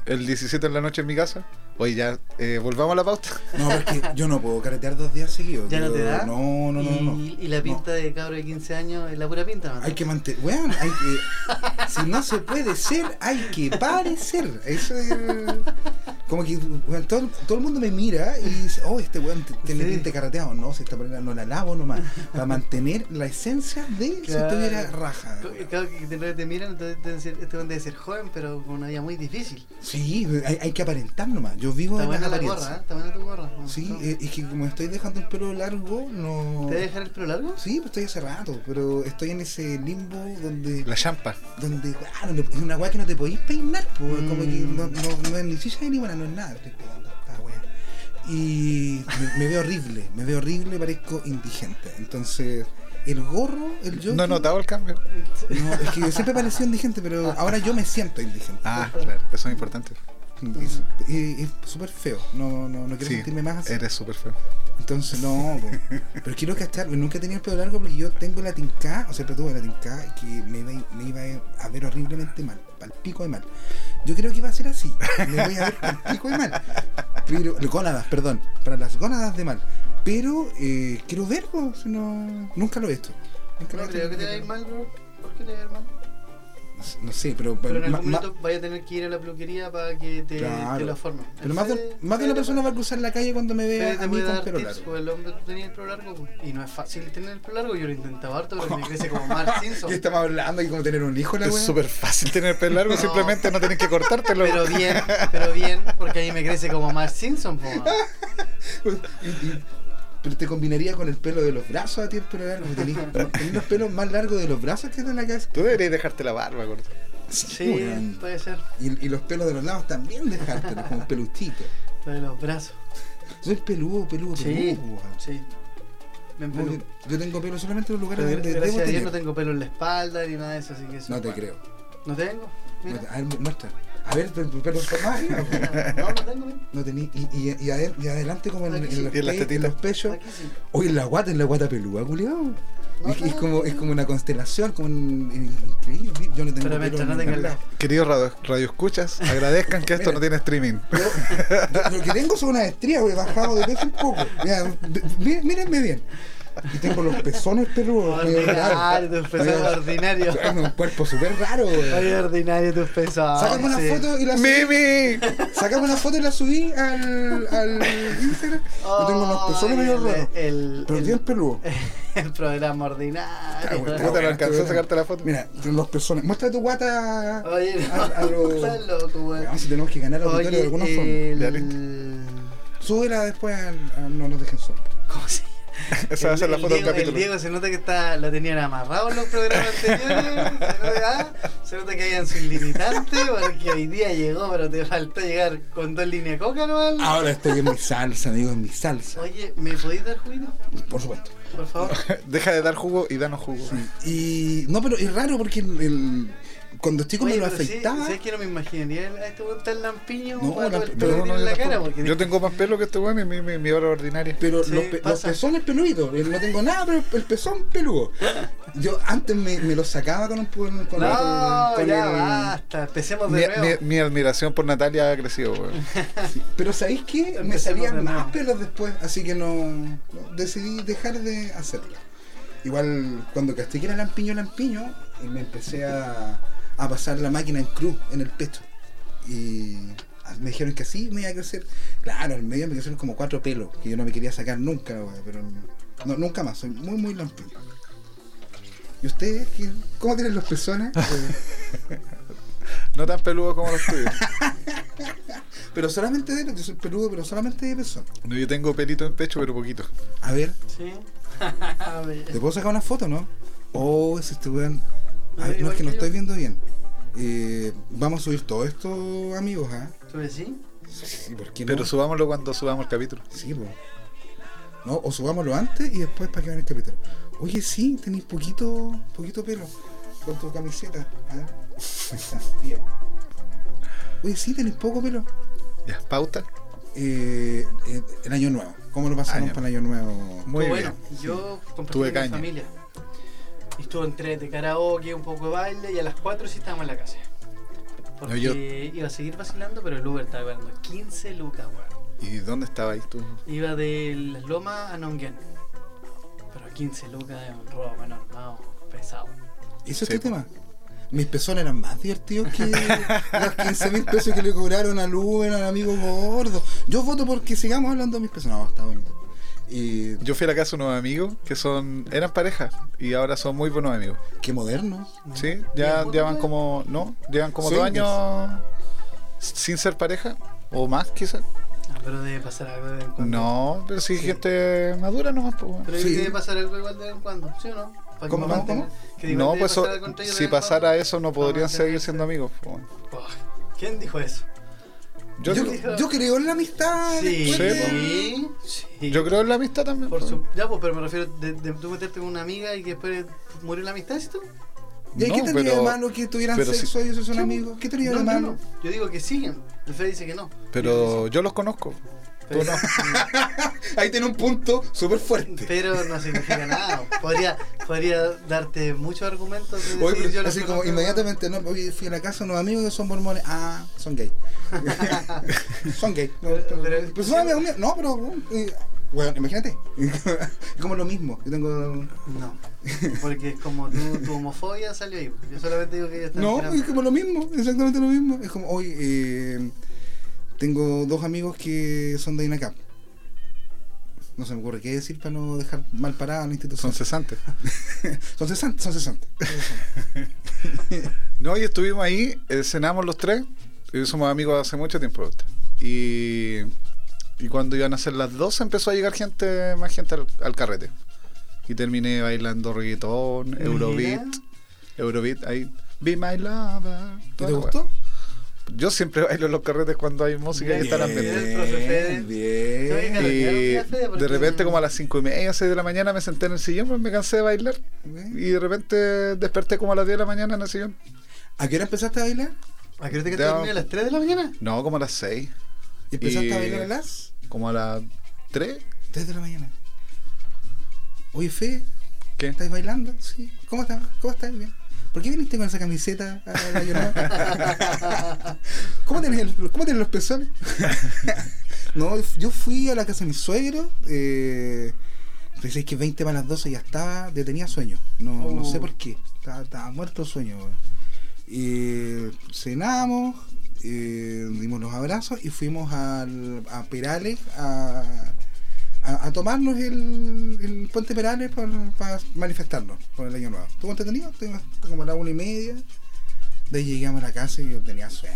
Speaker 3: El 17 en la noche en mi casa. Oye, ya. eh, volvamos a la pauta.
Speaker 2: No, porque yo no puedo carretear dos días seguidos.
Speaker 1: ¿Ya no
Speaker 2: Yo-
Speaker 1: te da?
Speaker 2: No, no, no,
Speaker 1: y,
Speaker 2: no.
Speaker 1: y la pinta de cabro de 15 años es la pura pinta, ¿no?
Speaker 2: Hay que mantener. Weón, hay que. si no se puede ser, hay que parecer. Eso es. Como que weón, todo, todo el mundo me mira y dice, oh, este weón t- tiene
Speaker 1: Sí.
Speaker 2: tinte carreteado. No, si esta polera no la lavo nomás. Para mantener la esencia de
Speaker 1: Claro.
Speaker 2: si estuviera raja. weón.
Speaker 1: Claro que te, te miran, entonces te deben decir, este hombre debe ser joven, pero con una vida muy difícil.
Speaker 2: Sí, hay, hay que aparentar nomás. Yo vivo
Speaker 1: Está
Speaker 2: de las
Speaker 1: buena la
Speaker 2: apariencias.
Speaker 1: gorra, ¿eh? Está buena tu gorra. me
Speaker 2: Sí,
Speaker 1: gustó.
Speaker 2: eh, es que como estoy dejando el pelo largo, no.
Speaker 1: ¿Te debe dejar el pelo largo?
Speaker 2: Sí, pues estoy hace rato, pero estoy en ese limbo donde.
Speaker 3: La champa.
Speaker 2: donde ah, donde- es una weá que no te podéis peinar, po,
Speaker 1: Mm.
Speaker 2: como que no, no, no es ni silla ni buena, no es nada. Estoy pegando esta weá. Y me, me veo horrible, me veo horrible, parezco indigente. Entonces, el gorro, el yo.
Speaker 3: No he notado el cambio.
Speaker 2: No, es que yo siempre parecía indigente, pero ahora yo me siento indigente.
Speaker 3: Ah, claro. Eso es importante.
Speaker 2: Es- Es es súper feo, no, no, no quiero
Speaker 3: Sí,
Speaker 2: sentirme más así.
Speaker 3: Eres súper feo.
Speaker 2: Entonces, no, po. pero quiero cachar, nunca he tenido el pelo largo porque yo tengo la tincada, o sea, pero tuve la tincada que me iba, me iba a ver horriblemente mal, al pico de mal. Yo creo que iba a ser así, me voy a ver al pico de mal, pero, gónadas, perdón, para las gónadas de mal, pero eh, quiero ver, po, si no, nunca lo he visto. Nunca lo
Speaker 1: No
Speaker 2: he
Speaker 1: creo
Speaker 2: visto.
Speaker 1: que te vaya mal, bro. ¿Por qué te vaya mal?
Speaker 2: No sé- No sé, pero,
Speaker 1: Pero en
Speaker 2: ma-
Speaker 1: algún
Speaker 2: ma-
Speaker 1: momento vaya a tener que ir a la peluquería para que te,
Speaker 2: Claro.
Speaker 1: te lo formen.
Speaker 2: pero más, de, más de una persona va a cruzar la calle cuando me
Speaker 1: Fede
Speaker 2: vea
Speaker 1: te
Speaker 2: a mí
Speaker 1: puede
Speaker 2: con
Speaker 1: dar
Speaker 2: pelo
Speaker 1: tips,
Speaker 2: largo.
Speaker 1: pues, el hombre tenía el pelo largo pues, y no es fácil tener el pelo largo, yo lo intentaba harto, pero me crece como Mark Simpson.
Speaker 2: ¿Qué estamos hablando? ¿Y este cómo tener un hijo la
Speaker 3: Es
Speaker 2: wea?
Speaker 3: súper fácil tener pelo largo,
Speaker 1: No.
Speaker 3: simplemente no tenés que cortártelo.
Speaker 1: Pero bien, pero bien, porque ahí me crece como Mark Simpson, po.
Speaker 2: Y- y- Pero te combinaría con el pelo de los brazos a ti el pelo largo. porque Tenés, tenés los pelos más largos de los brazos que de la cabeza.
Speaker 3: Tú deberías dejarte la barba, gordo.
Speaker 1: Sí,
Speaker 2: weón.
Speaker 1: puede ser.
Speaker 2: Y, y los pelos de los lados también dejártelos como peluchito.
Speaker 1: Lo de los brazos.
Speaker 2: Soy peludo, peludo,
Speaker 1: Sí,
Speaker 2: peludo. weón.
Speaker 1: sí. Me empeló.
Speaker 2: Porque Yo tengo pelo solamente en los lugares
Speaker 1: Pero
Speaker 2: donde debo
Speaker 1: gracias a Dios no
Speaker 2: tener.
Speaker 1: tengo pelo en la espalda ni nada de eso, así que eso.
Speaker 2: No te creo.
Speaker 1: ¿No tengo?
Speaker 2: No
Speaker 1: Mira.
Speaker 2: te- A ver, muestra. A ver, tu tu pelo está más arriba. po.
Speaker 1: No, no tengo. mira.
Speaker 2: No tení, y, y, y, adel- y adelante como en, en
Speaker 1: Aquí sí.
Speaker 2: los
Speaker 3: Y en las
Speaker 2: pe- en
Speaker 3: tetitas.
Speaker 2: los pechos.
Speaker 1: Aquí sí.
Speaker 2: Oye, en la guata, en la guata pelúa, culiao.
Speaker 1: No,
Speaker 2: es, es
Speaker 1: no,
Speaker 2: como,
Speaker 1: no.
Speaker 2: es como una constelación, como un- increíble. Yo no tengo
Speaker 1: Pero mientras no
Speaker 2: en
Speaker 1: tengas
Speaker 2: ningún lado.
Speaker 1: la.
Speaker 3: Queridos radio, radioescuchas, agradezcan que esto
Speaker 2: Mira.
Speaker 3: no tiene streaming.
Speaker 2: Yo- Lo que tengo son unas estrías, güey, bajado de peso un poco. Mira, de- mí- mírenme bien. Y tengo los pezones peludos. medio
Speaker 1: Ordinario,
Speaker 2: raros.
Speaker 1: tus pesados ordinarios.
Speaker 2: Tengo un cuerpo súper raro, güey.
Speaker 1: Oye, ordinario tus pesados.
Speaker 2: Sácame una
Speaker 1: sí.
Speaker 2: foto y la subí.
Speaker 3: ¡Mimi!
Speaker 2: Sácame una foto y la subí al, al Instagram. Yo tengo unos pezones
Speaker 1: Ay,
Speaker 2: medio
Speaker 1: Oh, el-
Speaker 2: raros.
Speaker 1: el-
Speaker 2: Pero
Speaker 1: el-
Speaker 2: bien peludo.
Speaker 1: El programa
Speaker 2: Ah,
Speaker 1: ordinario.
Speaker 2: güey,
Speaker 3: Puta, no alcanzó a sacarte la foto.
Speaker 2: Mira, tengo los pezones. Muestra tu guata.
Speaker 1: Oye, no,
Speaker 2: a- a lo-
Speaker 1: estás loco, güey.
Speaker 2: Vamos, si tenemos que ganar Ah, auditorio de alguna forma.
Speaker 1: el-
Speaker 3: Ya,
Speaker 2: Súbela después al- al- no nos dejen solos.
Speaker 1: ¿Cómo se llama?
Speaker 3: Esa va a ser
Speaker 1: El-
Speaker 3: la
Speaker 1: el
Speaker 3: foto del
Speaker 1: Diego-
Speaker 3: capítulo.
Speaker 1: El Diego se nota que está, lo tenían amarrado en los programas anteriores. se, nota, ah, se nota que habían sus limitantes, porque hoy día llegó, pero te faltó llegar con dos líneas de coca,
Speaker 3: Ah.
Speaker 1: ¿no?
Speaker 2: Ahora estoy en mi salsa, amigo, en mi salsa.
Speaker 1: Oye, ¿me podéis dar juguito?
Speaker 2: Por supuesto.
Speaker 1: Por favor.
Speaker 3: Deja de dar jugo y danos jugo.
Speaker 2: Y no, pero es raro porque el, el- cuando estoy como
Speaker 1: Oye,
Speaker 2: lo
Speaker 1: pero sí,
Speaker 2: afeitaba.
Speaker 1: ¿Sabes que no me imaginaría a este weón tan lampiño
Speaker 2: No,
Speaker 1: para todo
Speaker 2: lampi-
Speaker 1: el
Speaker 2: pero
Speaker 1: pelo que tiene
Speaker 3: No, no,
Speaker 1: en
Speaker 3: yo,
Speaker 1: la cara?
Speaker 3: tampoco.
Speaker 1: Porque
Speaker 3: Yo tengo más pelo que este weón y mi, mi, mi obra ordinaria.
Speaker 2: Pero
Speaker 1: Sí,
Speaker 2: los, pe- los
Speaker 1: pasa.
Speaker 2: pezones peluditos, eh, no tengo nada, pero el pezón peludo. Yo antes me, me lo sacaba con un con, con-
Speaker 1: No,
Speaker 2: con
Speaker 1: ya
Speaker 2: el-
Speaker 1: basta, empecemos
Speaker 3: Mi,
Speaker 1: de nuevo.
Speaker 3: mi- mi admiración por Natalia ha crecido, weón.
Speaker 2: sí. Pero ¿sabéis qué? Me
Speaker 1: Empecemos de
Speaker 2: salían
Speaker 1: nuevo.
Speaker 2: más pelos después, así que no, no, decidí dejar de hacerlo. Igual cuando casté que era lampiño, lampiño, y me empecé a, a pasar la máquina en cruz, en el pecho. Y me dijeron que así me iba a crecer. Claro, al medio me crecieron como cuatro pelos, que yo no me quería sacar nunca, la wea, pero no, nunca más, soy muy, muy lampiño. ¿Y ustedes qué- cómo tienen los pezones? Eh,
Speaker 3: No tan peludo como los tuyos.
Speaker 2: pero solamente de, yo soy peludo, pero solamente de pezón.
Speaker 3: No, yo tengo pelito en pecho, pero poquito.
Speaker 2: A ver,
Speaker 1: Sí. A ver.
Speaker 2: ¿Te puedo sacar una foto, no? Oh, ese este weón. A
Speaker 1: Ah,
Speaker 2: ver, no
Speaker 1: igual
Speaker 2: es que no
Speaker 1: que yo.
Speaker 2: estoy viendo bien. Eh, vamos a subir todo esto, amigos, ¿ah?
Speaker 1: ¿Tú decís?
Speaker 2: Sí, ¿por qué no?
Speaker 3: Pero subámoslo cuando subamos el capítulo.
Speaker 2: Sí, po. No, o subámoslo antes y después para que vean el capítulo. Oye, sí, tenéis poquito, poquito pelo con tu camiseta. A ver. Ahí está, bien. Oye, sí, tenéis poco pelo.
Speaker 3: Ya, pauta.
Speaker 2: Eh, eh, el año nuevo. ¿Cómo lo pasaron
Speaker 3: Año.
Speaker 2: para el año nuevo?
Speaker 3: Muy
Speaker 1: Estuvo
Speaker 3: bien.
Speaker 1: bueno, yo compartí
Speaker 3: Tuve
Speaker 1: con
Speaker 3: caña.
Speaker 1: mi familia. Y estuvo entre de karaoke, un poco de baile y a las 4 sí estábamos en la casa. Porque
Speaker 3: No, yo-
Speaker 1: iba a seguir vacilando, pero el Uber estaba cobrando 15 lucas, weón.
Speaker 3: ¿Y dónde estabais tú?
Speaker 1: Iba de Las Lomas a Nonguén. Pero 15 lucas es un robo, bueno, armado, pesado.
Speaker 2: Eso es tu
Speaker 3: Sí, po.
Speaker 2: tema. Mis pezones eran más divertidos que los 15 mil pesos que le cobraron al Uber, al amigo gordo. Yo voto porque sigamos hablando de mis pezones. No, está bonito. Y
Speaker 3: Yo fui a la casa de unos amigos que son eran pareja y ahora son muy buenos amigos.
Speaker 2: qué moderno.
Speaker 3: ¿Sí? Ya
Speaker 1: Bien.
Speaker 3: llevan como, ¿no? Llevan como dos
Speaker 2: Swingers.
Speaker 3: años sin ser pareja o más quizás.
Speaker 1: Ah, pero debe pasar algo de vez en cuando.
Speaker 3: No, pero sí, gente madura nomás. Pues, bueno.
Speaker 1: Pero
Speaker 2: Sí.
Speaker 1: debe pasar algo igual de vez en cuando, ¿sí o no? Para que
Speaker 2: ¿Cómo,
Speaker 1: me
Speaker 2: cómo,
Speaker 1: mantenga- que igual
Speaker 3: No,
Speaker 1: debe
Speaker 3: pues
Speaker 1: pasar
Speaker 3: o-
Speaker 1: algo entre ellos de
Speaker 3: si
Speaker 1: vez en
Speaker 3: pasara
Speaker 1: cuando.
Speaker 3: eso no
Speaker 1: Para
Speaker 3: podrían seguir
Speaker 1: mantenerse.
Speaker 3: siendo amigos. pues, bueno.
Speaker 1: Oh, ¿Quién dijo eso?
Speaker 3: yo,
Speaker 2: yo,
Speaker 3: creo-
Speaker 2: yo creo en la amistad.
Speaker 1: Sí,
Speaker 2: después de-
Speaker 1: sí, sí.
Speaker 3: yo creo en la amistad también.
Speaker 1: Por
Speaker 3: pues.
Speaker 1: su- Ya, pues, pero me refiero de, de tú meterte con una amiga y que después murió la amistad, ¿sí tú?
Speaker 2: ¿Y ahí
Speaker 3: No,
Speaker 2: qué tendría
Speaker 3: pero-
Speaker 2: de malo que tuvieran
Speaker 3: pero
Speaker 2: sexo y ellos son
Speaker 3: Sí,
Speaker 2: amigos? ¿Qué tendría
Speaker 1: No,
Speaker 2: de
Speaker 1: yo
Speaker 2: malo?
Speaker 1: no. Yo digo que siguen. El Fede dice que no.
Speaker 3: Pero yo los conozco.
Speaker 1: Pero,
Speaker 2: Ahí tiene un punto súper fuerte.
Speaker 1: pero no significa nada. Podría, podría darte muchos argumentos. de
Speaker 2: Oye,
Speaker 1: decir,
Speaker 2: pero
Speaker 1: yo los
Speaker 2: así como
Speaker 1: conozco.
Speaker 2: inmediatamente, no, oye, fui a la casa de unos amigos que son mormones. Ah, son gay. son gay. No,
Speaker 1: Pero-
Speaker 2: pero,
Speaker 1: pero-
Speaker 2: pero son amigos míos. No, pero. eh, Bueno, imagínate. Es como lo mismo. Yo tengo.
Speaker 1: No. Porque es como tu, tu homofobia salió ahí. Yo solamente digo que ella está
Speaker 2: No, es como lo mismo. Exactamente lo mismo. Es como hoy. eh, tengo dos amigos que son de INACAP. No se me ocurre qué decir para no dejar mal parada a la institución.
Speaker 3: Son cesantes.
Speaker 2: Son cesantes. Son cesantes.
Speaker 3: No, y estuvimos ahí, eh, cenamos los tres, y somos amigos hace mucho tiempo. los tres. Y, y cuando iban a ser las 12 empezó a llegar gente, más gente al, al carrete. Y terminé bailando reggaetón,
Speaker 1: Mira.
Speaker 3: Eurobeat, Eurobeat, ahí. Be my lover.
Speaker 2: ¿Y
Speaker 3: toda
Speaker 2: ¿Te
Speaker 3: la wea.
Speaker 2: gustó?
Speaker 3: Yo siempre bailo en los carretes cuando hay música
Speaker 1: Bien,
Speaker 3: y está el ambiente.
Speaker 1: bien, profe Fede.
Speaker 2: bien.
Speaker 1: Claro,
Speaker 3: Y
Speaker 1: claro, Fede, porque-
Speaker 3: de repente como a las cinco y media, 6 de la mañana me senté en el sillón, pues, me cansé de bailar. Y de repente desperté como a las 10 de la mañana en el sillón.
Speaker 2: ¿A qué hora empezaste a bailar?
Speaker 1: ¿A qué hora te
Speaker 3: Ya.
Speaker 1: quedaste dormido a las 3 de la mañana?
Speaker 3: No, como a las 6.
Speaker 2: ¿Empezaste
Speaker 3: Y-
Speaker 2: a bailar a las
Speaker 3: Como a las 3.
Speaker 2: 3 de la mañana? Oye, Fe,
Speaker 3: ¿Qué?
Speaker 2: ¿estáis bailando? Sí. ¿Cómo estás? ¿Cómo estás? Bien. ¿Por qué viniste con esa camiseta a la llorona? ¿Cómo tienes, el- ¿Cómo tienes los pezones? no, yo fui a la casa de mi suegro. Eh, pensé que 20 para las 12 ya estaba, ya tenía sueño. No, no sé
Speaker 1: Oh.
Speaker 2: por qué. Estaba, estaba muerto el sueño. weón. Eh, cenamos, eh, dimos los abrazos y fuimos al, a Perales a, a, a tomarnos el, el puente Perales para manifestarnos por el año nuevo. ¿Tú entretenido? Estuvimos hasta como a la una y media. De ahí llegamos a la casa y yo tenía sueño.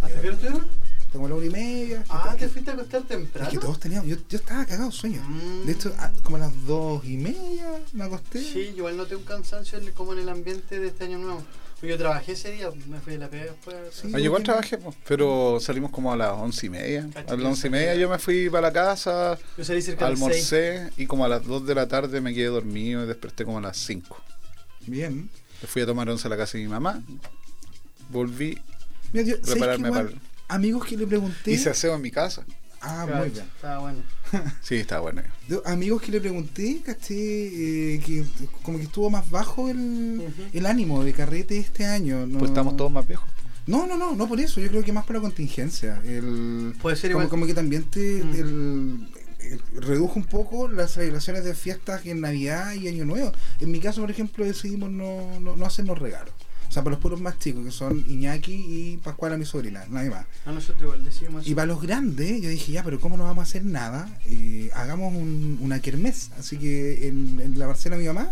Speaker 1: ¿A
Speaker 2: weón.
Speaker 1: qué hora estuvieron?
Speaker 2: Como a la una y media.
Speaker 1: Ah, te
Speaker 2: Es
Speaker 1: fuiste a acostar
Speaker 2: que- Es
Speaker 1: temprano.
Speaker 2: que todos teníamos. Yo, yo estaba cagado de sueño.
Speaker 1: Mm.
Speaker 2: De hecho, a- como a las dos y media me acosté.
Speaker 1: Sí, igual noté un cansancio en- como en el ambiente de este año nuevo. Pues Yo trabajé ese día, me fui de la pega después.
Speaker 2: Sí.
Speaker 3: Ah, yo igual trabajé, po, pero salimos como a las once y media.
Speaker 1: Cacha,
Speaker 3: A las
Speaker 1: que
Speaker 3: once y media
Speaker 1: salía.
Speaker 3: yo me fui para la casa,
Speaker 1: Yo salí cerca de las seis.
Speaker 3: almorcé y como a las 2 de la tarde me quedé dormido y desperté como a las 5.
Speaker 2: Bien.
Speaker 3: Me fui a tomar once a la casa de mi mamá, volví,
Speaker 2: Mira, yo, ¿sabes qué,
Speaker 3: Prepararme
Speaker 2: weón?
Speaker 3: para-
Speaker 2: Amigos que le pregunté.
Speaker 3: hice aseo en mi casa.
Speaker 2: Ah,
Speaker 1: Cacha,
Speaker 2: muy bien.
Speaker 1: Estaba bueno.
Speaker 3: Sí, estaba bueno.
Speaker 2: De- amigos que le pregunté, caché, eh, que como que estuvo más bajo el,
Speaker 1: Ujú.
Speaker 2: el ánimo de carrete este año. No,
Speaker 3: Pues estamos todos más viejos.
Speaker 2: No, no, no, no por eso. Yo creo que más por la contingencia. El,
Speaker 1: Puede ser
Speaker 2: como,
Speaker 1: igual.
Speaker 2: como que también te
Speaker 1: Mm.
Speaker 2: el- el- redujo un poco las celebraciones de fiestas en Navidad y Año Nuevo. En mi caso, por ejemplo, decidimos no, no, no hacernos regalos. O sea, para los puros más chicos, que son Iñaki y Pascuala, mi sobrina, nadie más.
Speaker 1: A nosotros igual decimos
Speaker 2: Y para los grandes, yo dije, ya, pero ¿cómo no vamos a hacer nada? Eh, hagamos un- una kermés. Así que en, en la parcela de mi mamá,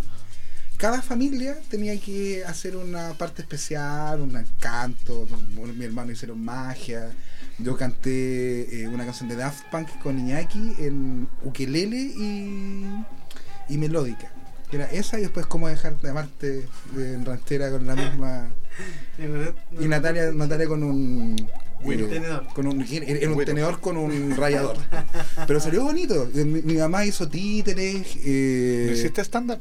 Speaker 2: cada familia tenía que hacer una parte especial, un canto. Bueno, mi hermano hicieron magia. Yo canté eh, una canción de Daft Punk con Iñaki en ukelele y, y melódica. Que era esa y después cómo dejar de amarte eh, en ranchera con la misma... Y Natalia, Natalia con un.
Speaker 1: Bueno.
Speaker 2: eh,
Speaker 1: Tenedor.
Speaker 2: Con un, era un
Speaker 3: Bueno.
Speaker 2: tenedor con un rayador. Pero salió bonito. Eh, Mi, mi mamá hizo títeres. eh,
Speaker 3: ¿No ¿Hiciste stand-up?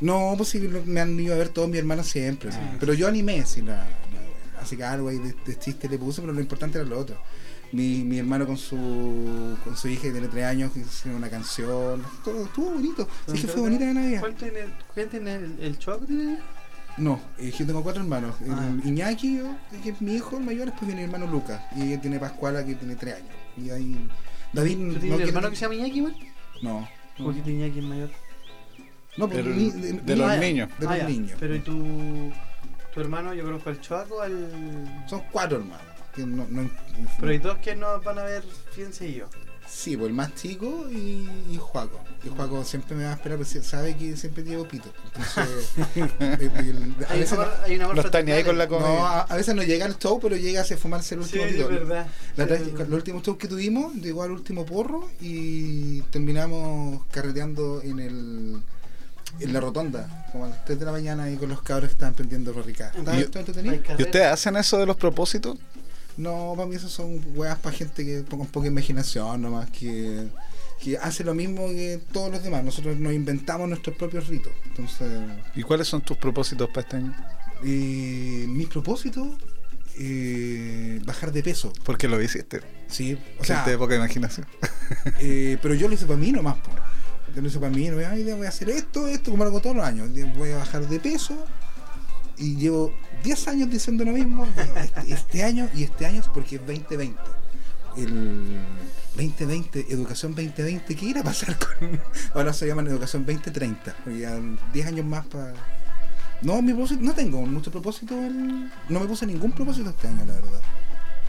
Speaker 2: No, pues sí, lo- me han ido a ver todos mis hermanos siempre. sí.
Speaker 1: Ah.
Speaker 2: Pero yo animé, sí, la- la- así que algo ahí de, de chiste le puse, pero lo importante era lo otro. Mi, mi hermano con su con su hija que tiene tres años hicieron una canción. Todo, estuvo bonito. Sí, que fue bonita la Navidad.
Speaker 1: ¿Cuál tiene, cuál tiene el, el show que tiene?
Speaker 2: No, eh, yo tengo cuatro hermanos. El
Speaker 1: Ah.
Speaker 2: Iñaki, yo, que es mi hijo el mayor, después viene mi hermano Lucas. Y él tiene Pascuala, que tiene tres años. Y ahí. David.
Speaker 1: ¿Tú
Speaker 2: no,
Speaker 1: tienes un
Speaker 2: que-
Speaker 1: hermano que se llama Iñaki igual?
Speaker 2: No.
Speaker 1: ¿O que este Iñaki es mayor?
Speaker 2: No, pues,
Speaker 3: Del-
Speaker 2: ni-
Speaker 3: De,
Speaker 2: ni-
Speaker 1: Ah,
Speaker 3: los
Speaker 1: ya.
Speaker 3: niños.
Speaker 2: de los
Speaker 1: ya.
Speaker 2: niños.
Speaker 1: Pero ¿y tu, tu hermano? Yo conozco al Choaco, al...
Speaker 2: Son cuatro hermanos. que no- no-
Speaker 1: Pero hay dos que no van a ver bien seguido.
Speaker 2: Sí, pues el más chico y, y Juaco. Y Juaco siempre me va a esperar, porque se- sabe que siempre llevo pito. Entonces. eh, el- a
Speaker 1: Hay,
Speaker 2: veces
Speaker 1: un
Speaker 2: no,
Speaker 1: amor- hay un amor
Speaker 3: No está ni ahí con la
Speaker 1: fraternal.
Speaker 3: comedia.
Speaker 2: no, a, a veces no llega al show, pero llega a fumarse el
Speaker 1: Sí,
Speaker 2: último
Speaker 1: es
Speaker 2: pito.
Speaker 1: verdad.
Speaker 2: La otra
Speaker 1: Sí,
Speaker 2: vez,
Speaker 1: es
Speaker 2: con
Speaker 1: verdad.
Speaker 2: los últimos shows que tuvimos, llegó al último porro y terminamos carreteando en el en la rotonda, como a las 3 de la mañana ahí con los cabros que estaban prendiendo rorricá.
Speaker 1: Ah,
Speaker 2: ¿Estaba
Speaker 3: Y-
Speaker 2: esto entretenido?
Speaker 1: Hay
Speaker 3: ¿Y
Speaker 1: carrete.
Speaker 3: ustedes hacen eso de los propósitos?
Speaker 2: No, para mí esas son weas para gente que con poca imaginación nomás, que, que hace lo mismo que todos los demás. Nosotros nos inventamos nuestros propios ritos. Entonces,
Speaker 3: ¿Y cuáles son tus propósitos para este año?
Speaker 2: eh, mi propósito, eh, bajar de peso.
Speaker 3: Porque lo hiciste.
Speaker 2: Sí, o
Speaker 3: O
Speaker 2: sea,
Speaker 3: de poca imaginación.
Speaker 2: Eh, pero yo lo hice para mí nomás, po. Yo lo hice para mí, no me da idea, voy a hacer esto, esto, como lo hago todos los años. Voy a bajar de peso y llevo 10 años diciendo lo mismo. Bueno, este, este año y este año es porque es 2020. El 2020, Educación 2020, ¿qué irá a pasar con.? Ahora se llaman Educación 2030, porque ya 10 años más para. No, mi propósito, no tengo mucho propósito. el- no me puse ningún propósito este año, la verdad.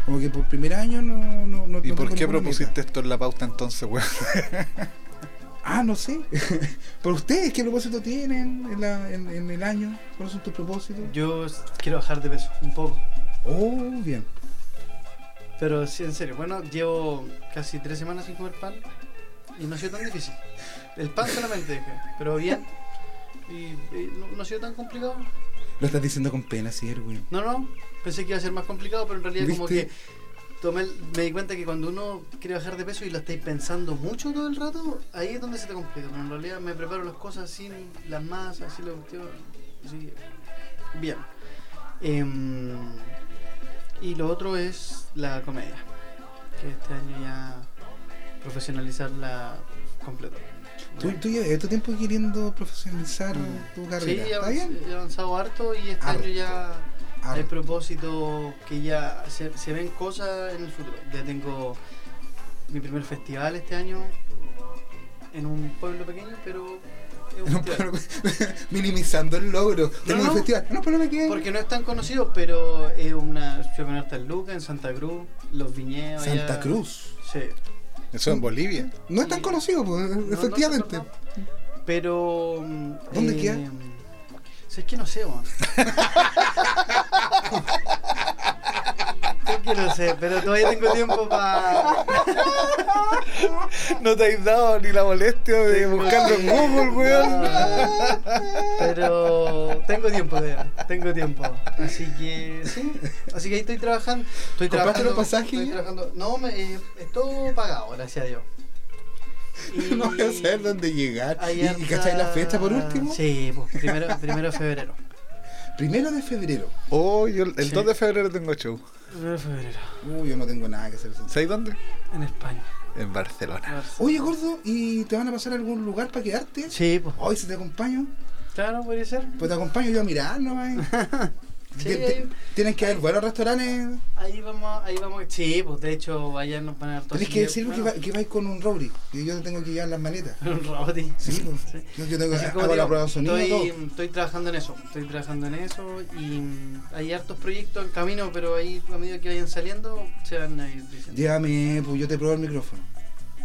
Speaker 2: Como que por primer año no. no, no no tengo
Speaker 3: ¿Y por qué
Speaker 2: ninguna meta.
Speaker 3: propusiste esto en la pauta entonces, weón?
Speaker 2: Ah, no sé. Pero ustedes, ¿qué propósito tienen en, la- en- en el año? ¿Cuáles son tus propósitos?
Speaker 1: Yo s- quiero bajar de peso un poco.
Speaker 2: Oh, bien.
Speaker 1: Pero sí, en serio. Bueno, llevo casi tres semanas sin comer pan y no ha sido tan difícil. El pan solamente dejé, pero bien. Y, y no, no ha sido tan complicado.
Speaker 2: Lo estás diciendo con pena, sí, Erwin.
Speaker 1: No, no, pensé que iba a ser más complicado, pero en realidad como
Speaker 2: ¿Viste?
Speaker 1: que tomé, el- me di cuenta que cuando uno quiere bajar de peso y lo estáis pensando mucho todo el rato, ahí es donde se te complica. Pero en realidad me preparo las cosas sin las masas, sin la cuestión. así. Bien. Em, y lo otro es la comedia, que este año ya profesionalizarla completo.
Speaker 2: Tú, tú llevas tu tiempo queriendo profesionalizar
Speaker 1: Mm.
Speaker 2: tu
Speaker 1: Sí,
Speaker 2: carrera.
Speaker 1: he
Speaker 2: ¿Está
Speaker 1: avanz-
Speaker 2: bien?
Speaker 1: he avanzado harto y este
Speaker 2: Harto.
Speaker 1: año ya
Speaker 2: Ah,
Speaker 1: Hay propósitos que ya se, se ven cosas en el futuro. Ya tengo mi primer festival este año en un pueblo pequeño, pero es un
Speaker 2: no,
Speaker 1: festival.
Speaker 2: pero- minimizando el logro. Tengo
Speaker 1: no.
Speaker 2: un festival. No, pero no me quedé.
Speaker 1: Porque no es tan conocido, pero es una fui a poner tal Luca, en Santa Cruz, Los Viñedos. allá.
Speaker 2: Santa Cruz.
Speaker 1: Sí.
Speaker 3: Eso en Bolivia.
Speaker 2: No es tan
Speaker 1: Y-
Speaker 2: conocido, pues,
Speaker 1: No,
Speaker 2: efectivamente.
Speaker 1: no, no, no. Pero. mm,
Speaker 2: ¿Dónde queda?
Speaker 1: Sé que no sé, weón. Sé que no sé, pero todavía tengo tiempo para.
Speaker 3: No te has dado ni la molestia de buscarlo en Google, weón.
Speaker 1: Pero tengo tiempo, Dea, tengo tiempo. Así que sí, así que ahí estoy trabajando. Estoy
Speaker 2: ¿Compraste
Speaker 1: trabajando,
Speaker 2: los pasajes
Speaker 1: estoy
Speaker 2: ya?
Speaker 1: trabajando- No, me, eh, es todo pagado, gracias a Dios. Y-
Speaker 2: No voy a saber dónde llegar.
Speaker 1: hay
Speaker 2: ¿Y, y
Speaker 1: harta-
Speaker 2: cacháis la fecha por último?
Speaker 1: Sí, pues primero, primero de febrero.
Speaker 2: Primero de febrero.
Speaker 3: Oh, yo el
Speaker 1: Sí.
Speaker 3: 2 de febrero tengo show.
Speaker 1: Primero de febrero,
Speaker 2: Uy, yo no tengo nada que hacer.
Speaker 3: ¿Sabes dónde?
Speaker 1: en España.
Speaker 3: En Barcelona.
Speaker 2: Oye, gordo, ¿y te van a pasar a algún lugar para quedarte?
Speaker 1: Sí, pues.
Speaker 2: Hoy si te acompaño,
Speaker 1: Claro, puede ser.
Speaker 2: pues te acompaño yo a mirar, ¿no? eh?
Speaker 1: Sí,
Speaker 2: Te- te-
Speaker 1: ahí-
Speaker 2: Tienes que haber buenos restaurantes.
Speaker 1: Ahí vamos, ahí vamos. Sí, pues de hecho, allá nos van a dar todo.
Speaker 2: Tenés que decirme que, va- que vais con un Rory, que yo tengo que llevar las maletas.
Speaker 1: Un robotí.
Speaker 2: Sí, pues, yo- yo tengo que
Speaker 1: Así
Speaker 2: hacer
Speaker 1: como
Speaker 2: hago la
Speaker 1: digo,
Speaker 2: prueba de sonido.
Speaker 1: estoy,
Speaker 2: todo.
Speaker 1: estoy trabajando en eso, estoy trabajando en eso y mm, hay hartos proyectos en camino, pero ahí a medida que vayan saliendo se van a ir diciendo.
Speaker 2: Llévame, pues yo te pruebo el micrófono.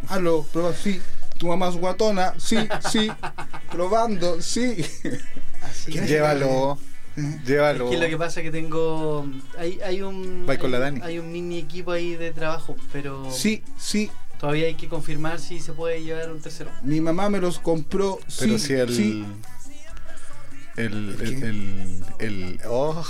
Speaker 2: Aló, prueba, sí. Tu mamá es guatona, sí, sí. Probando, sí.
Speaker 1: Así que-
Speaker 2: ¿Quieres
Speaker 3: Llévalo,
Speaker 2: ¿Eh?
Speaker 1: es
Speaker 3: llévalo.
Speaker 1: que lo que pasa es que tengo hay, hay un
Speaker 3: Vai con la
Speaker 1: hay-
Speaker 3: Dani.
Speaker 1: hay un mini equipo ahí de trabajo, pero
Speaker 2: Sí, sí.
Speaker 1: todavía hay que confirmar si se puede llevar un tercero.
Speaker 2: Mi mamá me los compró, sí,
Speaker 3: Pero si el.
Speaker 2: sí.
Speaker 3: El.
Speaker 2: ¿El
Speaker 3: El.
Speaker 2: qué?
Speaker 3: El. el- oh,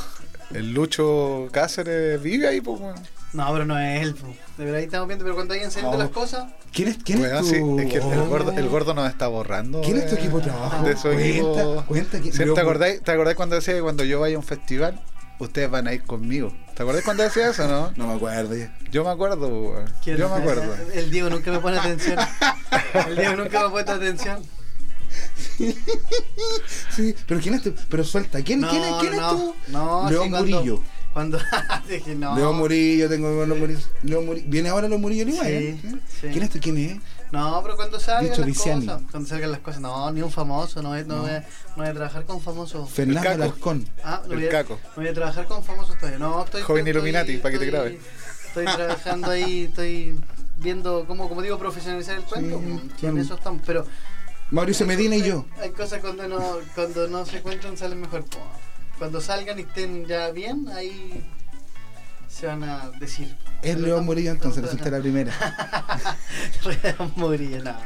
Speaker 3: el Lucho Cáceres vive ahí, pues, weón.
Speaker 1: No, pero no es él. po. De verdad ahí estamos viendo, pero cuando vayan saliendo
Speaker 2: Oh.
Speaker 1: las cosas,
Speaker 2: ¿Quién es, quién
Speaker 3: Weón,
Speaker 2: es
Speaker 3: sí,
Speaker 2: tu...
Speaker 3: es que el, el gordo,
Speaker 2: Oh.
Speaker 3: el gordo nos está borrando.
Speaker 2: ¿Quién es tu
Speaker 3: de-
Speaker 2: equipo de trabajo?
Speaker 3: De su equipo.
Speaker 2: Cuenta, cuenta. que-
Speaker 3: ¿Sí,
Speaker 2: pero-
Speaker 3: ¿Te acordáis, ¿Te acordáis cuando decía que cuando yo vaya a un festival, ustedes van a ir conmigo? ¿Te acordáis cuando decía eso, no?
Speaker 2: No me acuerdo ya.
Speaker 3: Yo me acuerdo, weón.
Speaker 1: ¿quién-
Speaker 3: Yo me acuerdo.
Speaker 1: El Diego nunca me pone atención. El Diego nunca me ha puesto atención.
Speaker 2: Sí, pero ¿quién es tu...? Pero suelta, ¿quién, quién es, quién
Speaker 1: no,
Speaker 2: es tu...?
Speaker 1: No,
Speaker 2: León
Speaker 1: sí,
Speaker 2: Murillo.
Speaker 1: Cuando, cuando dije, no.
Speaker 2: León Murillo, tengo León Murillo. León Murillo. ¿Viene ahora León Murillo igual?
Speaker 1: Sí,
Speaker 2: ¿eh?
Speaker 1: sí.
Speaker 2: ¿Quién es tu? ¿Quién es?
Speaker 1: No, pero cuando salgan
Speaker 2: Bicho
Speaker 1: las
Speaker 2: Viciani.
Speaker 1: cosas. Cuando salgan las cosas. No, ni un famoso. No voy, no voy, a- no voy a trabajar con famosos.
Speaker 2: Fernando
Speaker 3: Caco.
Speaker 2: Alarcón.
Speaker 1: Ah, no
Speaker 3: El
Speaker 1: voy, a,
Speaker 3: Caco.
Speaker 1: no voy a trabajar con famosos todavía. No, estoy.
Speaker 3: Joven
Speaker 1: estoy-
Speaker 3: Illuminati, para que te
Speaker 1: estoy-
Speaker 3: grabe.
Speaker 1: Estoy trabajando ahí, estoy viendo cómo, como digo, profesionalizar el cuento. Mm,
Speaker 2: claro.
Speaker 1: En eso estamos. Pero
Speaker 2: Mauricio Medina y yo.
Speaker 1: Hay cosas cuando no, cuando no se encuentran salen mejor. po. Cuando salgan y estén ya bien, ahí se van a decir.
Speaker 2: Es León Murillo entonces, resulta la primera.
Speaker 1: León Murillo, no.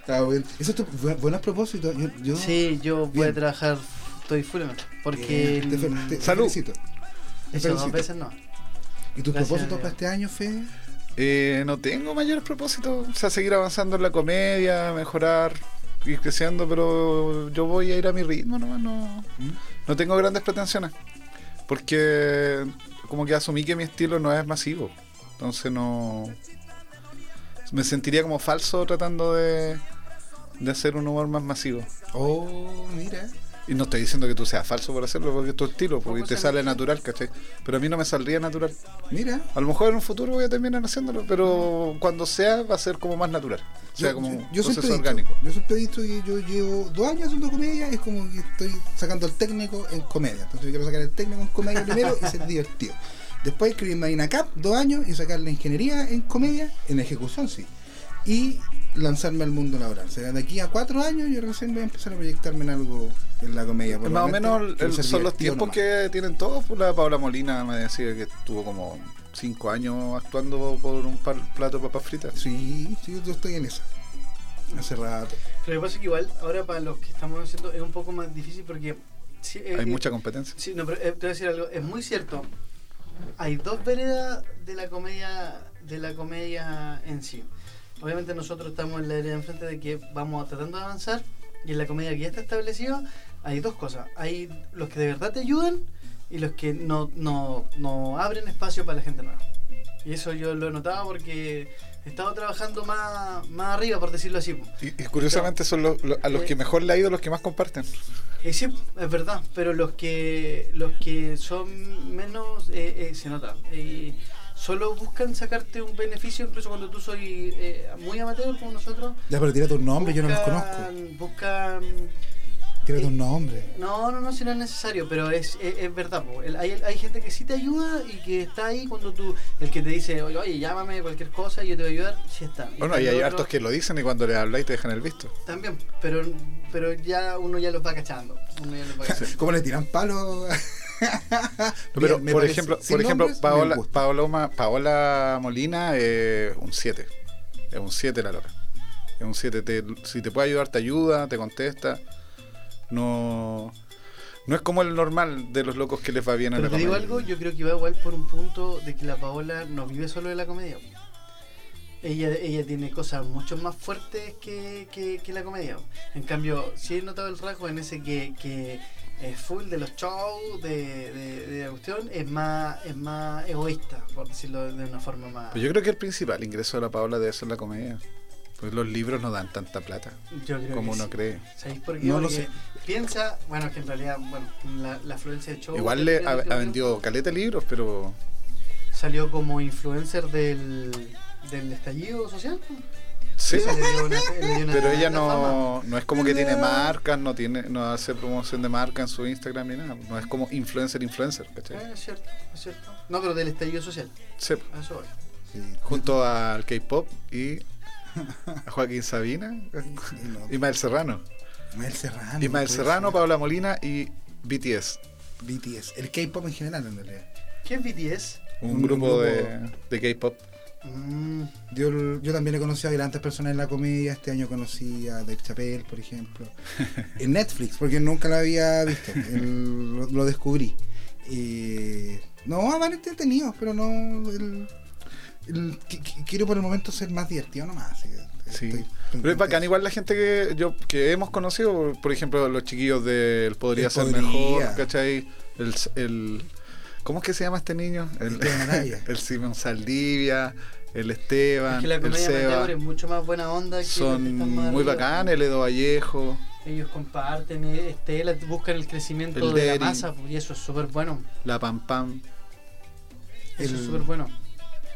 Speaker 2: Está bueno. Eso es tu bu- buenos propósitos. Yo, yo
Speaker 1: Sí, yo voy
Speaker 2: Bien.
Speaker 1: a trabajar, estoy full en eso, Porque
Speaker 2: Bien, Eh, te fel- te- te
Speaker 3: Salud.
Speaker 2: felicito.
Speaker 1: mm, eso dos
Speaker 2: felicito.
Speaker 1: veces no.
Speaker 2: ¿Y
Speaker 1: Gracias,
Speaker 2: tus propósitos
Speaker 1: Diego.
Speaker 2: para este año, Fe?
Speaker 3: Eh, no tengo mayores propósitos. O sea, seguir avanzando en la comedia, mejorar, ir creciendo, pero yo voy a ir a mi ritmo nomás. No, no tengo grandes pretensiones. Porque como que asumí que mi estilo no es masivo. Entonces no... Me sentiría como falso tratando de, de hacer un humor más masivo.
Speaker 2: Oh, mira.
Speaker 3: Y no estoy diciendo que tú seas falso por hacerlo, porque es tu estilo, porque
Speaker 1: Poco
Speaker 3: te
Speaker 1: se
Speaker 3: sale
Speaker 1: nota.
Speaker 3: natural, ¿cachai? Pero a mí no me saldría natural.
Speaker 2: Mira.
Speaker 3: A lo mejor en un futuro voy a terminar haciéndolo, pero cuando sea va a ser como más natural. O sea,
Speaker 2: Yo-
Speaker 3: como
Speaker 2: yo-
Speaker 3: un
Speaker 2: yo
Speaker 3: proceso
Speaker 2: siempre he dicho-
Speaker 3: orgánico.
Speaker 2: Yo siempre he dicho que yo llevo dos años haciendo comedia y es como que estoy sacando el técnico en comedia. Entonces yo quiero sacar el técnico en comedia primero y ser divertido. Después escribir Marina Cap, dos años, y sacar la ingeniería en comedia, en ejecución sí. Y lanzarme al mundo laboral. O sea, de aquí a cuatro años yo recién voy a empezar a proyectarme en algo en la comedia.
Speaker 3: Más o
Speaker 2: probablemente.
Speaker 3: menos el-
Speaker 2: Quiero ser
Speaker 3: son los
Speaker 2: divertido
Speaker 3: tiempos
Speaker 2: nomás.
Speaker 3: que tienen todos. Pues La Paula Molina me decía que estuvo como cinco años actuando por un par- plato de papas fritas.
Speaker 2: Sí, sí, yo estoy en eso. Hace rato.
Speaker 1: Lo que pasa es que igual, ahora para los que estamos haciendo es un poco más difícil porque Sí, eh,
Speaker 3: Hay
Speaker 1: eh,
Speaker 3: mucha competencia.
Speaker 1: Sí, no, pero eh, te voy a decir algo, es muy cierto. Hay dos veredas de la comedia de la comedia en sí. Obviamente nosotros estamos en la vereda enfrente de que vamos tratando de avanzar y en la comedia que ya está establecida hay dos cosas. Hay los que de verdad te ayudan y los que no, no, no abren espacio para la gente nueva. Y eso yo lo he notado porque he estado trabajando más, más arriba, por decirlo así. po.
Speaker 3: Y, y curiosamente son los, los- a los que mejor le ha ido los que más comparten.
Speaker 1: Eh, sí, es verdad, pero los que los que son menos eh, eh, se nota. Eh, solo buscan sacarte un beneficio incluso cuando tú soy eh, muy amateur como nosotros.
Speaker 2: Ya, pero tira tu nombre, yo no los conozco.
Speaker 1: buscan- Buscan
Speaker 2: Tira tu nombre.
Speaker 1: no, no, no, si no es necesario, pero es, es, es verdad. po. El- Hay, hay gente que sí te ayuda y que está ahí cuando tú, el que te dice, oye, oye, llámame, cualquier cosa, yo te voy a ayudar, sí está. Y
Speaker 3: Bueno,
Speaker 1: está
Speaker 3: y
Speaker 1: el
Speaker 3: hay
Speaker 1: otro
Speaker 3: hartos que lo dicen y cuando les habláis te dejan el visto.
Speaker 1: También, pero, pero ya uno ya los va cachando. Uno ya los va cachando.
Speaker 2: ¿Cómo le tiran palos?
Speaker 3: No, pero,
Speaker 2: Bien, me
Speaker 3: por
Speaker 2: parece-
Speaker 3: ejemplo,
Speaker 2: sin
Speaker 3: por ejemplo
Speaker 2: nombres, me
Speaker 3: Paola,
Speaker 2: gusta.
Speaker 3: Paoloma- Paola Molina es un 7. Es un 7 la loca. Es un 7. si te puede ayudar, te ayuda, te contesta. No. No es como el normal de los locos que les va bien en
Speaker 1: Pero
Speaker 3: la
Speaker 1: te digo
Speaker 3: comedia.
Speaker 1: algo, yo creo que va igual por un punto de que la Paola no vive solo de la comedia. po. Ella, ella tiene cosas mucho más fuertes que, que- que la comedia. po. En cambio, sí he notado el rasgo en ese que, que es full de los shows, de, de, de la cuestión, es más, es más egoísta, por decirlo de una forma más...
Speaker 3: Pero yo creo que el principal ingreso de la Paola debe ser la comedia. Pues los libros no dan tanta plata
Speaker 1: yo creo
Speaker 3: como
Speaker 1: que
Speaker 3: uno
Speaker 1: sí.
Speaker 3: cree.
Speaker 1: ¿Sabéis por qué?
Speaker 2: No lo
Speaker 1: Porque
Speaker 2: sé.
Speaker 1: piensa, bueno, que en realidad, bueno, la, la afluencia de shows...
Speaker 3: Igual
Speaker 1: que
Speaker 3: le ha,
Speaker 1: tiene,
Speaker 3: ha vendido caleta de libros, pero
Speaker 1: Salió como influencer del, del estallido social. pues. po.
Speaker 3: sí.
Speaker 1: Eso le dio una- le dio una
Speaker 3: Pero ella
Speaker 1: tremenda fama.
Speaker 3: no, no es como que tiene marcas, no tiene, no hace promoción de marca en su Instagram ni nada. No es como influencer influencer,
Speaker 1: Eh,
Speaker 3: ¿cachai?
Speaker 1: es cierto, es cierto. No, pero del estallido social.
Speaker 3: Sí,
Speaker 1: a Eso voy.
Speaker 2: Sí.
Speaker 3: junto al K-pop y a Joaquín Sabina,
Speaker 2: No,
Speaker 3: Ismael Serrano.
Speaker 2: Ismael Serrano.
Speaker 3: Ismael
Speaker 2: puede
Speaker 3: Serrano,
Speaker 2: ser.
Speaker 3: Paola Molina y BTS.
Speaker 2: BTS. El K-pop en general, en realidad.
Speaker 1: ¿Qué es BTS?
Speaker 3: Un,
Speaker 2: Un
Speaker 3: grupo,
Speaker 2: grupo-
Speaker 3: de, de K-pop.
Speaker 1: Mm,
Speaker 2: Yo, yo también he conocido a grandes personas en la comedia. Este año conocí a Dave Chappelle, por ejemplo. En Netflix, porque nunca la había visto. El- lo, lo descubrí. Eh, no, van entretenidos, pero no. el- el- qui- qui- quiero por el momento ser más divertido nomás. así que
Speaker 3: Sí.
Speaker 2: estoy- estoy
Speaker 3: Pero es bacán,
Speaker 2: contento.
Speaker 3: igual la gente que yo que hemos conocido, por- por ejemplo, los chiquillos del Podría
Speaker 2: El
Speaker 3: Ser
Speaker 2: Podría.
Speaker 3: Mejor, ¿cachai? El, el- ¿Cómo es que se llama este niño? El,
Speaker 2: Esteban Araya.
Speaker 3: el Simón Saldivia, el Esteban,
Speaker 1: es que la
Speaker 3: Ah, el
Speaker 1: comedia
Speaker 3: Seba.
Speaker 1: amateur es mucho más buena onda. Que los que
Speaker 3: Son
Speaker 1: están más
Speaker 3: muy
Speaker 1: arriba.
Speaker 3: bacanes, el Edo Vallejo.
Speaker 1: Ellos comparten, eh, este, la- buscan el crecimiento
Speaker 3: El
Speaker 1: de la
Speaker 3: Derin.
Speaker 1: masa pues, y eso es súper bueno.
Speaker 3: La Pam Pam,
Speaker 1: Eso
Speaker 2: El-
Speaker 1: es súper bueno.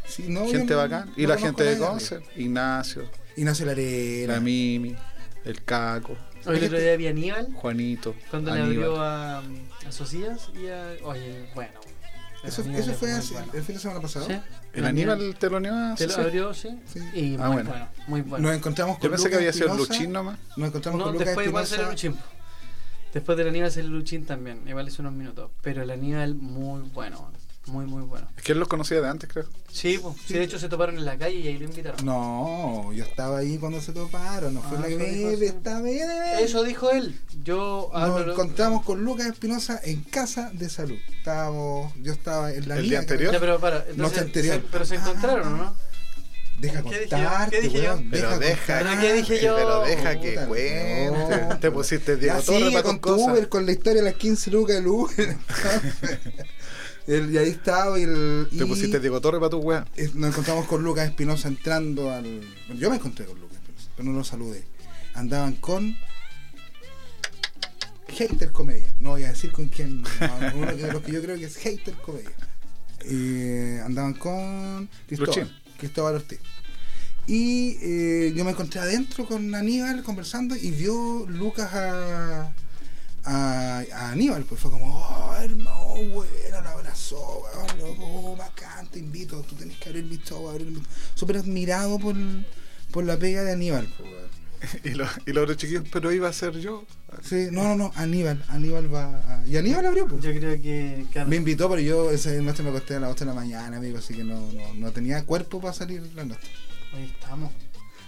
Speaker 2: Sí, no, yo
Speaker 3: gente
Speaker 2: no-
Speaker 3: bacán. Y
Speaker 2: no
Speaker 3: la
Speaker 2: conozco
Speaker 3: gente
Speaker 2: a
Speaker 3: de
Speaker 2: nadie.
Speaker 3: Concert, Ignacio,
Speaker 2: Ignacio Larera.
Speaker 3: la Mimi, el Caco,
Speaker 1: Hoy el otro día vi a Aníbal
Speaker 3: Juanito,
Speaker 1: cuando
Speaker 3: Aníbal.
Speaker 1: le abrió a, a Socias y a. Oye, bueno.
Speaker 2: Eso,
Speaker 1: Aníbal
Speaker 2: eso
Speaker 1: es
Speaker 2: fue
Speaker 1: muy
Speaker 2: hace-
Speaker 1: bueno.
Speaker 2: el fin de semana pasado.
Speaker 1: Sí,
Speaker 3: El Aníbal te lo animaba,
Speaker 1: Te lo
Speaker 3: sí.
Speaker 1: abrió, sí.
Speaker 2: Sí.
Speaker 1: Y
Speaker 3: Ah,
Speaker 1: muy
Speaker 3: bueno.
Speaker 1: bueno. muy bueno.
Speaker 2: Nos encontramos con
Speaker 3: Yo pensé que
Speaker 2: Lucas
Speaker 3: había sido el
Speaker 2: Espinosa.
Speaker 3: Luchín nomás.
Speaker 2: Nos encontramos
Speaker 1: No,
Speaker 2: con Lucas
Speaker 1: después igual sale
Speaker 2: Espinosa.
Speaker 1: Luchín. po. Después del Aníbal sale Luchín también. Igual es unos minutos. Pero el Aníbal muy bueno. Muy, muy bueno.
Speaker 3: Es que él los conocía de antes, creo.
Speaker 1: Sí, po. sí, de hecho se toparon en la calle y ahí lo invitaron.
Speaker 2: No, yo estaba ahí cuando se toparon, no fue
Speaker 1: Ah,
Speaker 2: la que
Speaker 1: eso dijo
Speaker 2: me
Speaker 1: así.
Speaker 2: esta vez.
Speaker 1: Eso ah, dijo él. Yo
Speaker 2: Nos
Speaker 1: hablo-
Speaker 2: encontramos con Lucas Espinosa en casa de salud. Estábamos, yo estaba en la
Speaker 3: ¿El
Speaker 2: mía,
Speaker 3: día anterior?
Speaker 1: Ya, pero para. Entonces,
Speaker 2: Noche anterior.
Speaker 1: se- pero se encontraron, ¿no?
Speaker 2: Deja
Speaker 1: ¿Qué dije yo?
Speaker 2: contarte,
Speaker 1: ¿Qué dije yo?
Speaker 2: weón,
Speaker 3: Pero deja,
Speaker 1: contar.
Speaker 2: contarte.
Speaker 1: ¿Pero qué dije yo?
Speaker 3: Pero deja que
Speaker 2: Puta,
Speaker 3: cuente.
Speaker 2: no.
Speaker 3: Te pusiste
Speaker 2: Ya
Speaker 3: Diego Torre
Speaker 2: sigue
Speaker 3: para
Speaker 2: con
Speaker 3: con
Speaker 2: tu
Speaker 3: cosas.
Speaker 2: Uber, con la historia de las 15 lucas del Uber. El- y ahí estaba y el...
Speaker 3: Te
Speaker 2: y-
Speaker 3: pusiste Diego Torre para tu weá.
Speaker 2: Eh, nos encontramos con Lucas Espinosa entrando al. Bueno, yo me encontré con Lucas Espinosa, pero no lo saludé. Andaban con. Hater Comedia. No voy a decir con quién. no, uno de los que yo creo que es Hater Comedia. Eh, andaban con. Cristóbal. Cristóbal Ortiz. Y eh, yo me encontré adentro con Aníbal conversando y vio Lucas a, a, a Aníbal, pues fue como, oh, hermano, bueno, lo abrazó, weón, loco, oh, bacán, te invito, tú tenés que abrir mi show, abrir mi Súper admirado por, por la pega de Aníbal, pues, weón.
Speaker 3: Y, lo- y los otros chiquillos, pero iba a ser yo.
Speaker 2: Sí, no, no, no, Aníbal, Aníbal va. a- Y Aníbal abrió, pues.
Speaker 1: Yo creo que. claro,
Speaker 2: Me invitó, pero yo esa noche me acosté a las 8 de la mañana, amigo, así que no, no, no tenía cuerpo para salir la noche.
Speaker 1: Ahí estamos.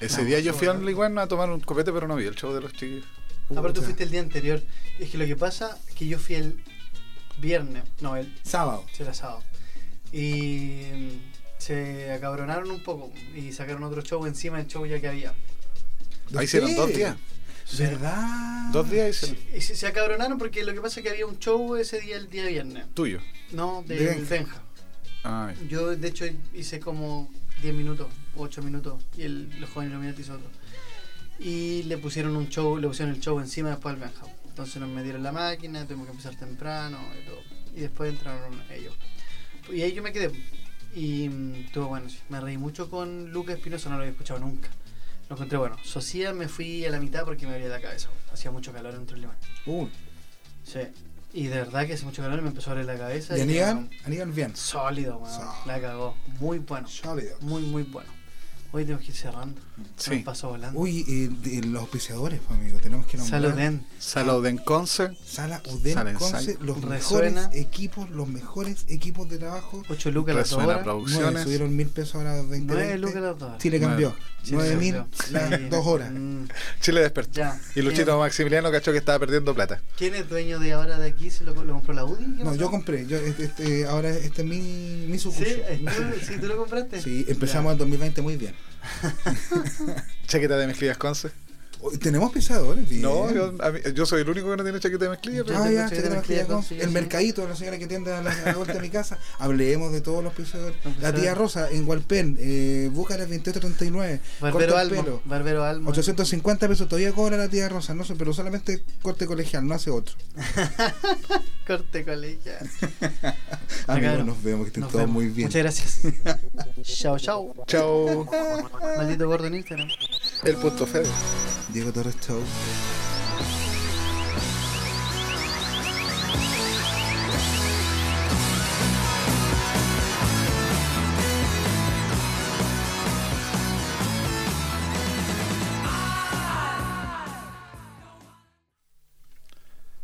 Speaker 3: Ese
Speaker 2: No,
Speaker 3: día yo
Speaker 1: sí,
Speaker 3: fui al
Speaker 1: bueno.
Speaker 3: Liguano a tomar un copete, pero no vi el show de los chiquillos.
Speaker 1: Aparte
Speaker 2: Pucha.
Speaker 1: fuiste el día anterior. Es que lo que pasa es que yo fui el viernes, no, el
Speaker 2: Sábado.
Speaker 1: sí, era sábado. Y mm, se acabronaron un poco y sacaron otro show encima del show ya que había.
Speaker 3: Ahí Ah, hicieron dos días.
Speaker 2: ¿Verdad?
Speaker 3: Dos días hicieron.
Speaker 1: Y se, se acabronaron porque lo que pasa es que había un show ese día, el día viernes.
Speaker 3: Tuyo.
Speaker 1: No, de
Speaker 2: De
Speaker 1: Benja.
Speaker 2: Benja.
Speaker 3: Ay.
Speaker 1: Yo, de hecho, hice como 10 minutos, 8 minutos, y el, el joven Illuminati hizo otro. Y le pusieron un show, le pusieron el show encima después al Benja. Entonces nos metieron la máquina, tuvimos que empezar temprano y todo. Y después entraron ellos. Y ahí yo me quedé. Y mm, estuvo bueno, sí. me reí mucho con Lucas Espinosa, no lo había escuchado nunca. Lo encontré bueno. Socia me fui a la mitad porque me abría la cabeza. Hacía mucho calor dentro del limón.
Speaker 2: Uh,
Speaker 1: Sí. Y de verdad que hace mucho calor y me empezó a abrir la cabeza.
Speaker 2: y
Speaker 1: y "Mm,
Speaker 2: Aníbal, Aníbal bien.
Speaker 1: Sólido, weón.
Speaker 2: Sólido.
Speaker 1: La cagó. Muy bueno.
Speaker 2: Sólido.
Speaker 1: Muy, muy bueno. Hoy tenemos que ir cerrando. Se
Speaker 3: Sí.
Speaker 1: nos pasó volando.
Speaker 2: Uy, eh, de los auspiciadores, pues, amigo, tenemos que nombrar.
Speaker 1: Saluden.
Speaker 3: Saluden Concert.
Speaker 2: Sala Uden
Speaker 3: Salen
Speaker 2: Conce, los
Speaker 1: Resuena.
Speaker 2: mejores equipos, los mejores equipos de trabajo.
Speaker 1: 8 lucas las dos
Speaker 3: Resuena
Speaker 1: horas.
Speaker 2: Nueve,
Speaker 3: Producciones.
Speaker 2: subieron mil pesos ahora 20.
Speaker 1: 9
Speaker 2: 20.
Speaker 1: lucas las dos horas.
Speaker 2: Chile cambió.
Speaker 1: Sí,
Speaker 2: Nueve
Speaker 1: sí,
Speaker 2: mil
Speaker 1: sí.
Speaker 2: las dos horas.
Speaker 1: Mm,
Speaker 3: Chile despertó.
Speaker 1: ya.
Speaker 3: Y Luchito Maximiliano cachó que estaba perdiendo plata.
Speaker 1: ¿Quién es dueño de ahora de aquí? ¿Se lo, lo compró la UDI? ¿Qué
Speaker 2: No,
Speaker 1: pasó?
Speaker 2: yo compré. Yo, este, este, ahora este es mi, mi
Speaker 1: Sí,
Speaker 2: sucursal. Mi
Speaker 1: ¿tú, sí, tú lo compraste.
Speaker 2: Sí, empezamos
Speaker 1: Ya.
Speaker 2: el 2020 muy bien.
Speaker 3: Chaqueta de mezclillas Concert.
Speaker 2: Hoy Tenemos pisadores, bien.
Speaker 3: No, yo, a mí- yo soy el único que no tiene chaqueta de mezclilla. pero-
Speaker 1: Ya.
Speaker 2: Ah,
Speaker 1: tengo
Speaker 2: ya,
Speaker 1: cheque de
Speaker 2: cheque de
Speaker 1: mezclilla
Speaker 2: mezclilla
Speaker 1: con-
Speaker 2: con-
Speaker 1: sí,
Speaker 2: El
Speaker 1: sí.
Speaker 2: mercadito, la señora que tiende a la, a la vuelta de mi casa. Hablemos de todos los pisadores. La
Speaker 1: pisadores.
Speaker 2: tía Rosa en Hualpén, eh, Búcaras 2839.
Speaker 1: Barbero
Speaker 2: corta el
Speaker 1: Almo.
Speaker 2: pelo.
Speaker 1: Barbero Almo.
Speaker 2: 850 pesos todavía cobra la tía Rosa, no sé, pero solamente corte colegial, no hace otro.
Speaker 1: Corte colegial.
Speaker 2: Amigos,
Speaker 1: Claro.
Speaker 2: nos vemos, que estén
Speaker 1: Nos
Speaker 2: todos
Speaker 1: vemos.
Speaker 2: muy bien.
Speaker 1: Muchas gracias. chao, chao.
Speaker 3: Chao.
Speaker 1: Maldito gordo en Instagram.
Speaker 3: El punto feo.
Speaker 2: Diego Torres, chau.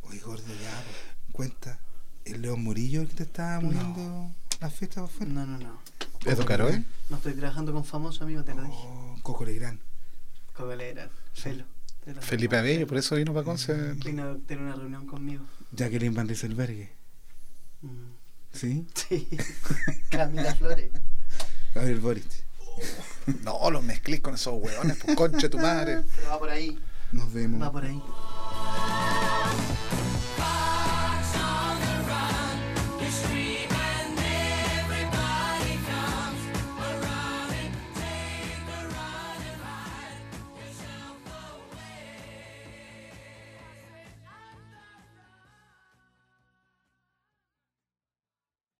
Speaker 2: Oye, gordo, ya, pues, cuenta. ¿El León Murillo el que te estaba moviendo las fiestas para afuera?
Speaker 1: No, no, no.
Speaker 3: ¿Es caro, eh?
Speaker 1: No estoy trabajando con famosos, amigo, te lo dije.
Speaker 2: Oh, Coco Legrand.
Speaker 1: Cogalera, Felo. te lo-
Speaker 3: Felipe Abello, por eso vino para Concert.
Speaker 1: Vino a tener una reunión conmigo.
Speaker 2: Jacqueline Van Rieselbergue.
Speaker 1: Mm.
Speaker 2: ¿Sí?
Speaker 1: Sí. Camila Flores.
Speaker 2: Gabriel Boric.
Speaker 3: No, los mezclís con esos hueones, pues conche tu madre. Mm.
Speaker 2: pues.
Speaker 1: Pero va por ahí.
Speaker 2: Nos vemos.
Speaker 1: Va por ahí.
Speaker 5: Bye.